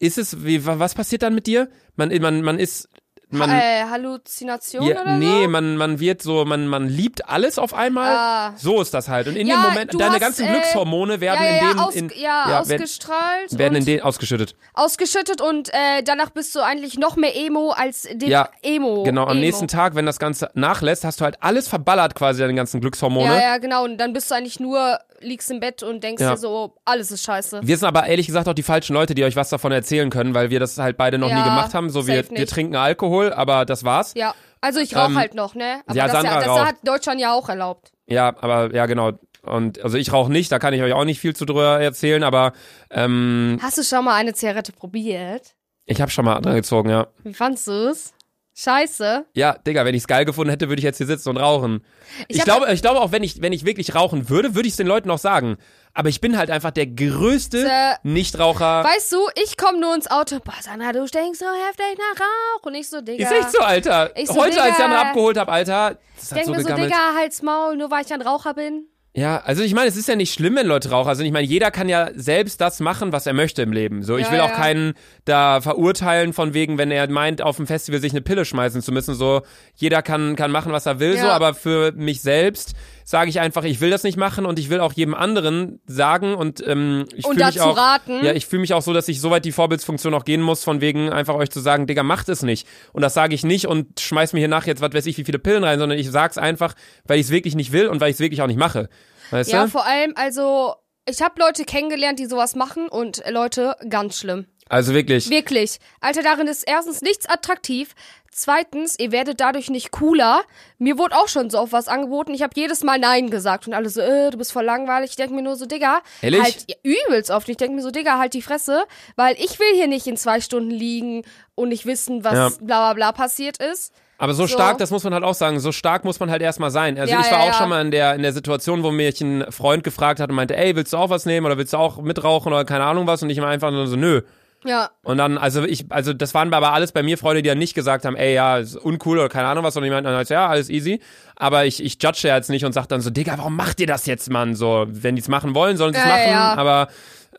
Speaker 2: ist es, wie, wa- was passiert dann mit dir? Man, man, man ist, man,
Speaker 1: äh, Halluzination
Speaker 2: ja,
Speaker 1: oder
Speaker 2: nee,
Speaker 1: so?
Speaker 2: man, man wird so, man, man liebt alles auf einmal.
Speaker 1: Ah.
Speaker 2: So ist das halt. Und in
Speaker 1: Ja,
Speaker 2: dem Moment,
Speaker 1: du
Speaker 2: deine
Speaker 1: hast,
Speaker 2: ganzen
Speaker 1: äh,
Speaker 2: Glückshormone werden
Speaker 1: ja, ja, ja,
Speaker 2: in
Speaker 1: aus,
Speaker 2: den, in,
Speaker 1: ja,
Speaker 2: werden,
Speaker 1: ausgestrahlt.
Speaker 2: werden
Speaker 1: und
Speaker 2: in den ausgeschüttet.
Speaker 1: ausgeschüttet und äh, danach bist du eigentlich noch mehr Emo als dem
Speaker 2: Ja,
Speaker 1: Emo.
Speaker 2: Genau, am
Speaker 1: Oh, Emo.
Speaker 2: nächsten Tag, wenn das Ganze nachlässt, hast du halt alles verballert quasi, deine ganzen Glückshormone.
Speaker 1: Ja, ja, genau. Und dann bist du eigentlich nur, liegst im Bett und denkst
Speaker 2: ne? Ja.
Speaker 1: dir so, oh, alles ist scheiße.
Speaker 2: Wir sind aber ehrlich gesagt auch die falschen Leute, die euch was davon erzählen können, weil wir das halt beide noch
Speaker 1: Ja,
Speaker 2: nie gemacht haben. So, wir,
Speaker 1: safe nicht.
Speaker 2: wir trinken Alkohol, aber das war's. Ja,
Speaker 1: Ja. Also ich rauche
Speaker 2: Ähm,
Speaker 1: halt noch, ne? Aber
Speaker 2: ja,
Speaker 1: das,
Speaker 2: Sandra
Speaker 1: das
Speaker 2: raucht.
Speaker 1: hat Deutschland ja auch erlaubt.
Speaker 2: aber ja, genau. Und also ich rauche nicht, da kann ich euch auch nicht viel zu drüber erzählen, aber ähm,
Speaker 1: Hast du schon mal eine Zigarette probiert?
Speaker 2: ich habe schon mal dran gezogen, ja.
Speaker 1: Wie fandst du's? Scheiße.
Speaker 2: Ja, Digga, wenn ich's geil gefunden hätte, würde ich jetzt hier sitzen und rauchen. Ich,
Speaker 1: hab-
Speaker 2: glaube, ich glaube auch, wenn ich, wenn ich wirklich rauchen würde, würde ich es den Leuten auch sagen. Aber ich bin halt einfach der größte
Speaker 1: Äh,
Speaker 2: Nichtraucher.
Speaker 1: Weißt du, ich komme nur ins Auto, boah, Sandra, du stinkst so heftig nach Rauch. Und ich so, Digga.
Speaker 2: Ist echt so, Alter.
Speaker 1: Ich so,
Speaker 2: Heute, als
Speaker 1: Digga.
Speaker 2: ich Sandra abgeholt hab, Alter, das
Speaker 1: Ich
Speaker 2: hat
Speaker 1: denk
Speaker 2: so
Speaker 1: mir so,
Speaker 2: gegammelt.
Speaker 1: Digga, halt's Maul, nur weil ich ein Raucher bin.
Speaker 2: Ja, also ich meine, es ist ja nicht schlimm, wenn Leute rauchen. Also ich meine, jeder kann ja selbst das machen, was er möchte im Leben. So, ich
Speaker 1: Ja,
Speaker 2: will auch
Speaker 1: ja.
Speaker 2: keinen da verurteilen von wegen, wenn er meint, auf dem Festival sich eine Pille schmeißen zu müssen. So, jeder kann kann machen, was er will. So,
Speaker 1: Ja.
Speaker 2: aber für mich selbst sage ich einfach, ich will das nicht machen und ich will auch jedem anderen sagen und ähm, ich
Speaker 1: Und
Speaker 2: fühle mich
Speaker 1: dazu
Speaker 2: auch.
Speaker 1: raten.
Speaker 2: Ja, ich fühle mich auch so, dass ich soweit die Vorbildsfunktion auch gehen muss, von wegen einfach euch zu sagen, Digga, macht es nicht. Und das sage ich nicht und schmeiß mir hier nach jetzt, was weiß ich, wie viele Pillen rein, sondern ich sag's einfach, weil ich es wirklich nicht will und weil ich es wirklich auch nicht mache. Weißt
Speaker 1: Ja,
Speaker 2: du?
Speaker 1: vor allem, also, ich habe Leute kennengelernt, die sowas machen und äh, Leute, ganz schlimm.
Speaker 2: Also wirklich.
Speaker 1: Wirklich. Alter, darin ist erstens nichts attraktiv. Zweitens, ihr werdet dadurch nicht cooler. Mir wurde auch schon so oft was angeboten. Ich habe jedes Mal Nein gesagt und alle so, äh, du bist voll langweilig. Ich denke mir nur so, Digga,
Speaker 2: Ehrlich?
Speaker 1: halt ja, übelst oft. Ich denke mir so, Digga, halt die Fresse, weil ich will hier nicht in zwei Stunden liegen und nicht wissen, was
Speaker 2: Ja.
Speaker 1: bla bla bla passiert ist.
Speaker 2: Aber so,
Speaker 1: So.
Speaker 2: stark, das muss man halt auch sagen, so stark muss man halt erstmal sein. Also
Speaker 1: Ja,
Speaker 2: ich war
Speaker 1: ja,
Speaker 2: auch
Speaker 1: ja.
Speaker 2: schon mal in der, in der Situation, wo mich ein Freund gefragt hat und meinte, ey, willst du auch was nehmen oder willst du auch mitrauchen oder keine Ahnung was? Und ich war einfach nur so, nö.
Speaker 1: Ja,
Speaker 2: Und dann, also ich, also das waren aber alles bei mir Freunde, die dann nicht gesagt haben, ey, ja, ist uncool oder keine Ahnung was, sondern die meinten dann halt, ja, alles easy. Aber ich, ich judge ja jetzt nicht und sag dann so, Digga, warum macht ihr das jetzt, Mann? So, wenn die es machen wollen, sollen sie es
Speaker 1: Ja,
Speaker 2: machen,
Speaker 1: ja.
Speaker 2: aber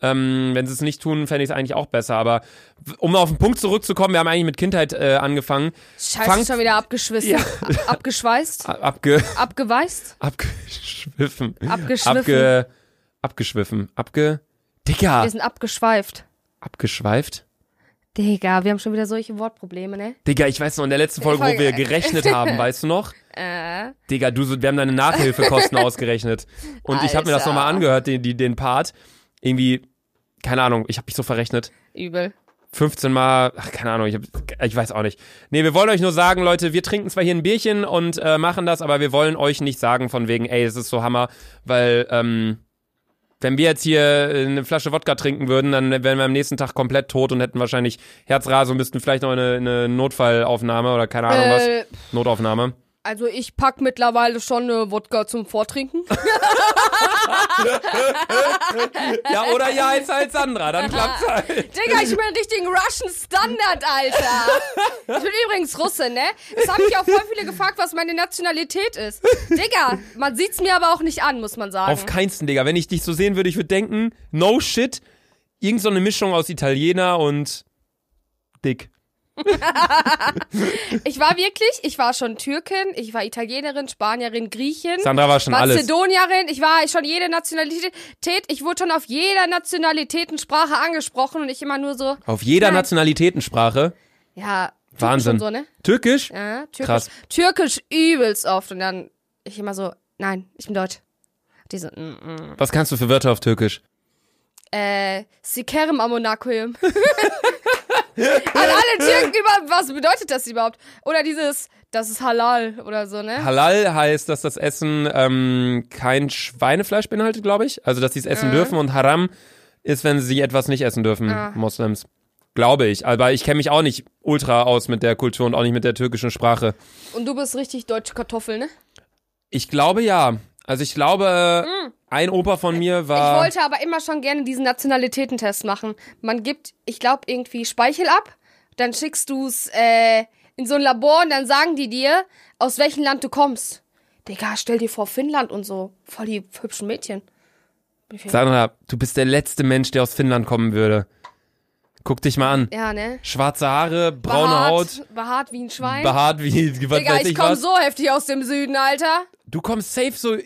Speaker 2: ähm, wenn sie es nicht tun, fände ich es eigentlich auch besser. Aber w- um auf den Punkt zurückzukommen, wir haben eigentlich mit Kindheit äh, angefangen.
Speaker 1: scheiße,
Speaker 2: Fangt-
Speaker 1: schon wieder abgeschwissen.
Speaker 2: Ja.
Speaker 1: Ab- [LAUGHS] Abgeschweißt?
Speaker 2: Ab- Abge [LAUGHS]
Speaker 1: Abgeweißt?
Speaker 2: Abgeschwiffen.
Speaker 1: Abgeschwiffen.
Speaker 2: Abge abgeschwiffen. Abge. Digga.
Speaker 1: Wir sind abgeschweift.
Speaker 2: Abgeschweift.
Speaker 1: Digga, wir haben schon wieder solche Wortprobleme, ne?
Speaker 2: Digga, ich weiß noch, in der letzten Folge, wo
Speaker 1: Folge-
Speaker 2: wir gerechnet
Speaker 1: [LAUGHS]
Speaker 2: haben, weißt du noch?
Speaker 1: Äh.
Speaker 2: Digga, du, so- wir haben
Speaker 1: [LAUGHS]
Speaker 2: deine Nachhilfekosten ausgerechnet. Und ich habe mir das
Speaker 1: Alter.
Speaker 2: nochmal angehört, den, die- den Part. Irgendwie, keine Ahnung, ich habe mich so verrechnet.
Speaker 1: Übel.
Speaker 2: 15 Mal, ach, keine Ahnung, ich, hab, ich weiß auch nicht. Nee, wir wollen euch nur sagen, Leute, wir trinken zwar hier ein Bierchen und äh, machen das, aber wir wollen euch nicht sagen von wegen, ey, es ist so Hammer, weil, ähm, wenn wir jetzt hier äh, eine Flasche Wodka trinken würden, dann wären wir am nächsten Tag komplett tot und hätten wahrscheinlich Herzrasen und müssten vielleicht noch eine, eine Notfallaufnahme oder keine Ahnung
Speaker 1: Äh,
Speaker 2: was. Notaufnahme.
Speaker 1: Also ich pack mittlerweile schon eine Wodka zum
Speaker 2: [LAUGHS]
Speaker 1: Vortrinken.
Speaker 2: Ja, oder ja, heißt halt Sandra, dann klappt's
Speaker 1: [LAUGHS]
Speaker 2: halt.
Speaker 1: Digga, ich bin einen richtigen Russian Standard, Alter. Ich bin übrigens Russe, ne? Es haben mich auch voll viele gefragt, was meine Nationalität ist. Digga, man sieht's mir aber auch nicht an, muss man sagen.
Speaker 2: Auf keinsten, Digga. Wenn ich dich so sehen würde, ich würde denken, no shit, irgend so eine Mischung aus Italiener und dick.
Speaker 1: Ich war wirklich, ich war schon Türkin, ich war Italienerin, Spanierin, Griechin,
Speaker 2: Sandra war schon alles.
Speaker 1: Mazedonierin, ich war schon jede Nationalität. Ich wurde schon auf jeder Nationalitätensprache angesprochen und ich immer nur so,
Speaker 2: Auf jeder
Speaker 1: Nein.
Speaker 2: Nationalitätensprache.
Speaker 1: ja, Türkisch
Speaker 2: Wahnsinn.
Speaker 1: und so, ne?
Speaker 2: Türkisch?
Speaker 1: Ja, Türkisch,
Speaker 2: Krass.
Speaker 1: Türkisch übelst oft. Und dann ich immer so, nein, ich bin Deutsch. Die so, mm, mm.
Speaker 2: Was kannst du für Wörter auf Türkisch?
Speaker 1: Äh, Sikerim [LAUGHS] Amonakoyim. An Also alle Türken, über, was bedeutet das überhaupt? Oder dieses, das ist halal oder so, ne?
Speaker 2: Halal heißt, dass das Essen ähm, kein Schweinefleisch beinhaltet, glaube ich. Also, dass sie es
Speaker 1: Äh.
Speaker 2: essen dürfen. Und Haram ist, wenn sie etwas nicht essen dürfen,
Speaker 1: Ah.
Speaker 2: Moslems. Glaube ich. Aber ich kenne mich auch nicht ultra aus mit der Kultur und auch nicht mit der türkischen Sprache.
Speaker 1: Und du bist richtig deutsche Kartoffel, ne?
Speaker 2: Ich glaube ja. Also, ich glaube, ein Opa von mir
Speaker 1: Hm. Ich
Speaker 2: war.
Speaker 1: wollte aber immer schon gerne diesen Nationalitätentest machen. Man gibt, ich glaube, irgendwie Speichel ab, dann schickst du's äh, in so ein Labor und dann sagen die dir, aus welchem Land du kommst. Digga, stell dir vor, Finnland und so. Voll die hübschen Mädchen.
Speaker 2: Sandra, du bist der letzte Mensch, der aus Finnland kommen würde. Guck dich mal an.
Speaker 1: Ja, ne?
Speaker 2: Schwarze Haare, braune
Speaker 1: behaart,
Speaker 2: Haut,
Speaker 1: Behaart wie ein Schwein.
Speaker 2: behaart wie, was
Speaker 1: Digga,
Speaker 2: weiß
Speaker 1: ich
Speaker 2: ich
Speaker 1: komm
Speaker 2: was.
Speaker 1: so heftig aus dem Süden, Alter.
Speaker 2: Du kommst safe so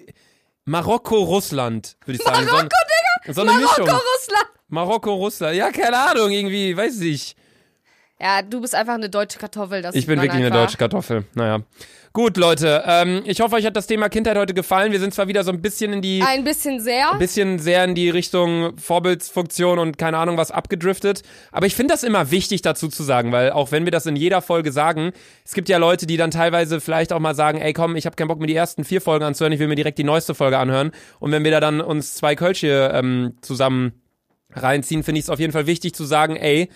Speaker 2: Marokko, Russland, würde ich sagen.
Speaker 1: Marokko,
Speaker 2: so,
Speaker 1: Digga!
Speaker 2: eine- so eine
Speaker 1: Marokko,
Speaker 2: Mischung.
Speaker 1: Russland!
Speaker 2: Marokko, Russland. Ja, keine Ahnung, irgendwie, weiß ich.
Speaker 1: Ja, du bist einfach eine deutsche Kartoffel. Das
Speaker 2: Ich
Speaker 1: sieht
Speaker 2: bin
Speaker 1: man
Speaker 2: wirklich eine
Speaker 1: einfach.
Speaker 2: deutsche Kartoffel. Naja. Gut, Leute. Ähm, ich hoffe, euch hat das Thema Kindheit heute gefallen. Wir sind zwar wieder so ein bisschen in die,
Speaker 1: Ein bisschen sehr.
Speaker 2: bisschen sehr in die Richtung Vorbildsfunktion und keine Ahnung was abgedriftet. Aber ich finde das immer wichtig dazu zu sagen, weil auch wenn wir das in jeder Folge sagen, es gibt ja Leute, die dann teilweise vielleicht auch mal sagen, ey komm, ich habe keinen Bock mir die ersten vier Folgen anzuhören, ich will mir direkt die neueste Folge anhören. Und wenn wir da dann uns zwei Kölsche ähm, zusammen reinziehen, finde ich es auf jeden Fall wichtig zu sagen, ey,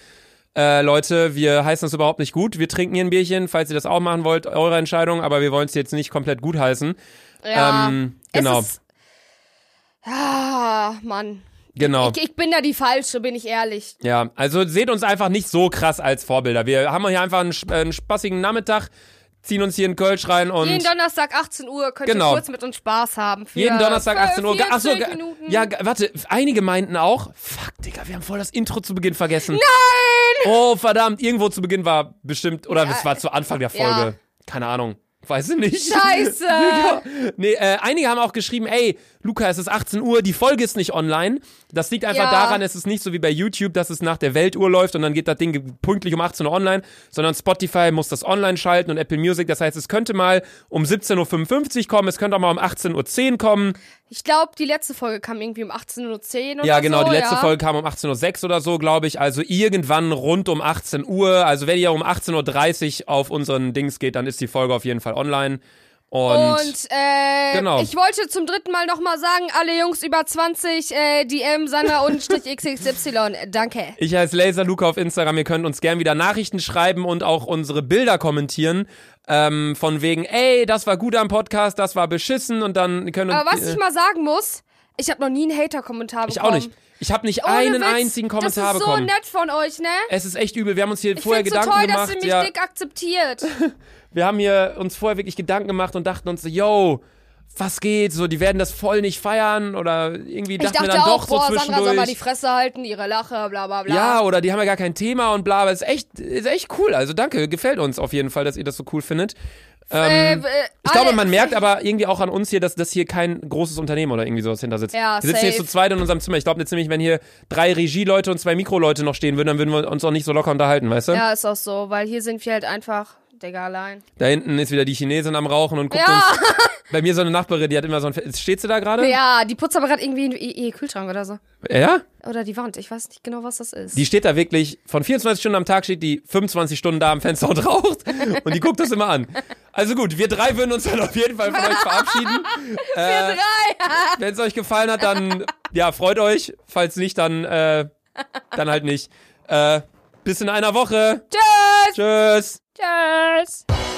Speaker 2: äh, Leute, wir heißen es überhaupt nicht gut. Wir trinken hier ein Bierchen, falls ihr das auch machen wollt, eure Entscheidung, aber wir wollen es jetzt nicht komplett gut heißen.
Speaker 1: ja.
Speaker 2: ähm, genau.
Speaker 1: Es ist, ah, Mann.
Speaker 2: Genau.
Speaker 1: Ich, ich bin da die Falsche, bin ich ehrlich.
Speaker 2: Ja, also seht uns einfach nicht so krass als Vorbilder. Wir haben hier einfach einen, sp- äh, einen spaßigen Nachmittag, ziehen uns hier in Kölsch rein und
Speaker 1: Jeden Donnerstag 18 Uhr könnt
Speaker 2: Genau.
Speaker 1: ihr kurz mit uns Spaß haben. Für
Speaker 2: jeden Donnerstag 18 Uhr.
Speaker 1: 12,
Speaker 2: Achso,
Speaker 1: 14 Minuten.
Speaker 2: ja, ge- warte, einige meinten auch, fuck, Digga, wir haben voll das Intro zu Beginn vergessen. Nein! Oh, verdammt, irgendwo zu Beginn war bestimmt, oder es war zu Anfang der
Speaker 1: Ja.
Speaker 2: Folge. Keine Ahnung. Weiß ich nicht. [LAUGHS]
Speaker 1: Scheiße.
Speaker 2: Digga. nee, äh, einige haben auch geschrieben, ey, Luca, es ist 18 Uhr, die Folge ist nicht online. Das liegt einfach
Speaker 1: Ja.
Speaker 2: daran, es ist nicht so wie bei YouTube, dass es nach der Weltuhr läuft und dann geht das Ding pünktlich um 18 Uhr online, sondern Spotify muss das online schalten und Apple Music. Das heißt, es könnte mal um 17.55 Uhr kommen, es könnte auch mal um 18.10 Uhr kommen.
Speaker 1: Ich glaube, die letzte Folge kam irgendwie um 18.10 Uhr oder
Speaker 2: Ja, genau,
Speaker 1: so,
Speaker 2: die letzte
Speaker 1: ja.
Speaker 2: Folge kam um 18.06 Uhr oder so, glaube ich. Also irgendwann rund um 18 Uhr. Also wenn ihr um 18.30 Uhr auf unseren Dings geht, dann ist die Folge auf jeden Fall online. Und,
Speaker 1: Und äh,
Speaker 2: um Genau.
Speaker 1: ich wollte zum dritten Mal nochmal sagen, alle Jungs über 20, äh, DM,
Speaker 2: [LAUGHS]
Speaker 1: Sanna-XXY, Äh, danke.
Speaker 2: ich heiße Laser Luca auf Instagram. Ihr könnt uns gern wieder Nachrichten schreiben und auch unsere Bilder kommentieren. Ähm, von wegen, ey, das war gut am Podcast, das war beschissen und dann können
Speaker 1: Aber was
Speaker 2: äh,
Speaker 1: ich mal sagen muss, ich habe noch nie einen Hater-Kommentar bekommen.
Speaker 2: ich auch nicht. Ich habe nicht
Speaker 1: Ohne
Speaker 2: einen
Speaker 1: Witz,
Speaker 2: einzigen Kommentar
Speaker 1: Das ist so
Speaker 2: bekommen.
Speaker 1: nett von euch, ne?
Speaker 2: es ist echt übel. Wir haben uns hier
Speaker 1: Ich
Speaker 2: vorher
Speaker 1: finde so
Speaker 2: Gedanken
Speaker 1: toll,
Speaker 2: gemacht.
Speaker 1: dass ihr mich
Speaker 2: ja.
Speaker 1: dick akzeptiert.
Speaker 2: wir haben hier uns vorher wirklich Gedanken gemacht und dachten uns so, yo, was geht? So, die werden das voll nicht feiern oder irgendwie
Speaker 1: Ich
Speaker 2: dachten wir
Speaker 1: dachte
Speaker 2: dann
Speaker 1: auch,
Speaker 2: doch
Speaker 1: boah,
Speaker 2: so
Speaker 1: Sandra soll mal die
Speaker 2: zwischendurch.
Speaker 1: Fresse halten, ihre Lache, bla bla bla.
Speaker 2: Ja, oder die haben ja gar kein Thema und bla, aber ist echt, ist echt cool. Also danke, gefällt uns auf jeden Fall, dass ihr das so cool findet.
Speaker 1: äh,
Speaker 2: Ähm,
Speaker 1: äh,
Speaker 2: ich glaube,
Speaker 1: alle-
Speaker 2: man merkt aber irgendwie auch an uns hier, dass das hier kein großes Unternehmen oder irgendwie sowas hinter sitzt.
Speaker 1: Ja,
Speaker 2: wir sitzen jetzt
Speaker 1: safe.
Speaker 2: zu zweit in unserem Zimmer. Ich glaube jetzt nämlich, wenn hier drei Regieleute und zwei Mikroleute noch stehen würden, dann würden wir uns auch nicht so locker unterhalten, weißt du?
Speaker 1: Ja, ist auch so, weil hier sind wir halt einfach, Digga, allein.
Speaker 2: Da hinten ist wieder die Chinesin am Rauchen und guckt
Speaker 1: Ja.
Speaker 2: uns. Bei mir so eine Nachbarin, die hat immer so ein. Fe- Steht sie da gerade?
Speaker 1: Ja, die putzt aber gerade irgendwie ihr- ihr Kühlschrank oder so.
Speaker 2: Ja?
Speaker 1: Oder die Wand, ich weiß nicht genau, was das ist.
Speaker 2: Die steht da wirklich, von 24 Stunden am Tag steht die 25 Stunden da am Fenster [LAUGHS] und raucht. Und die guckt das immer an. Also gut, wir drei würden uns dann auf jeden Fall von
Speaker 1: [LAUGHS]
Speaker 2: euch verabschieden. Äh,
Speaker 1: Drei!
Speaker 2: Wenn es euch gefallen hat, dann ja, freut euch. Falls nicht, dann, äh, dann halt nicht. Äh, bis in einer Woche.
Speaker 1: Tschüss!
Speaker 2: Tschüss.
Speaker 1: Tschüss!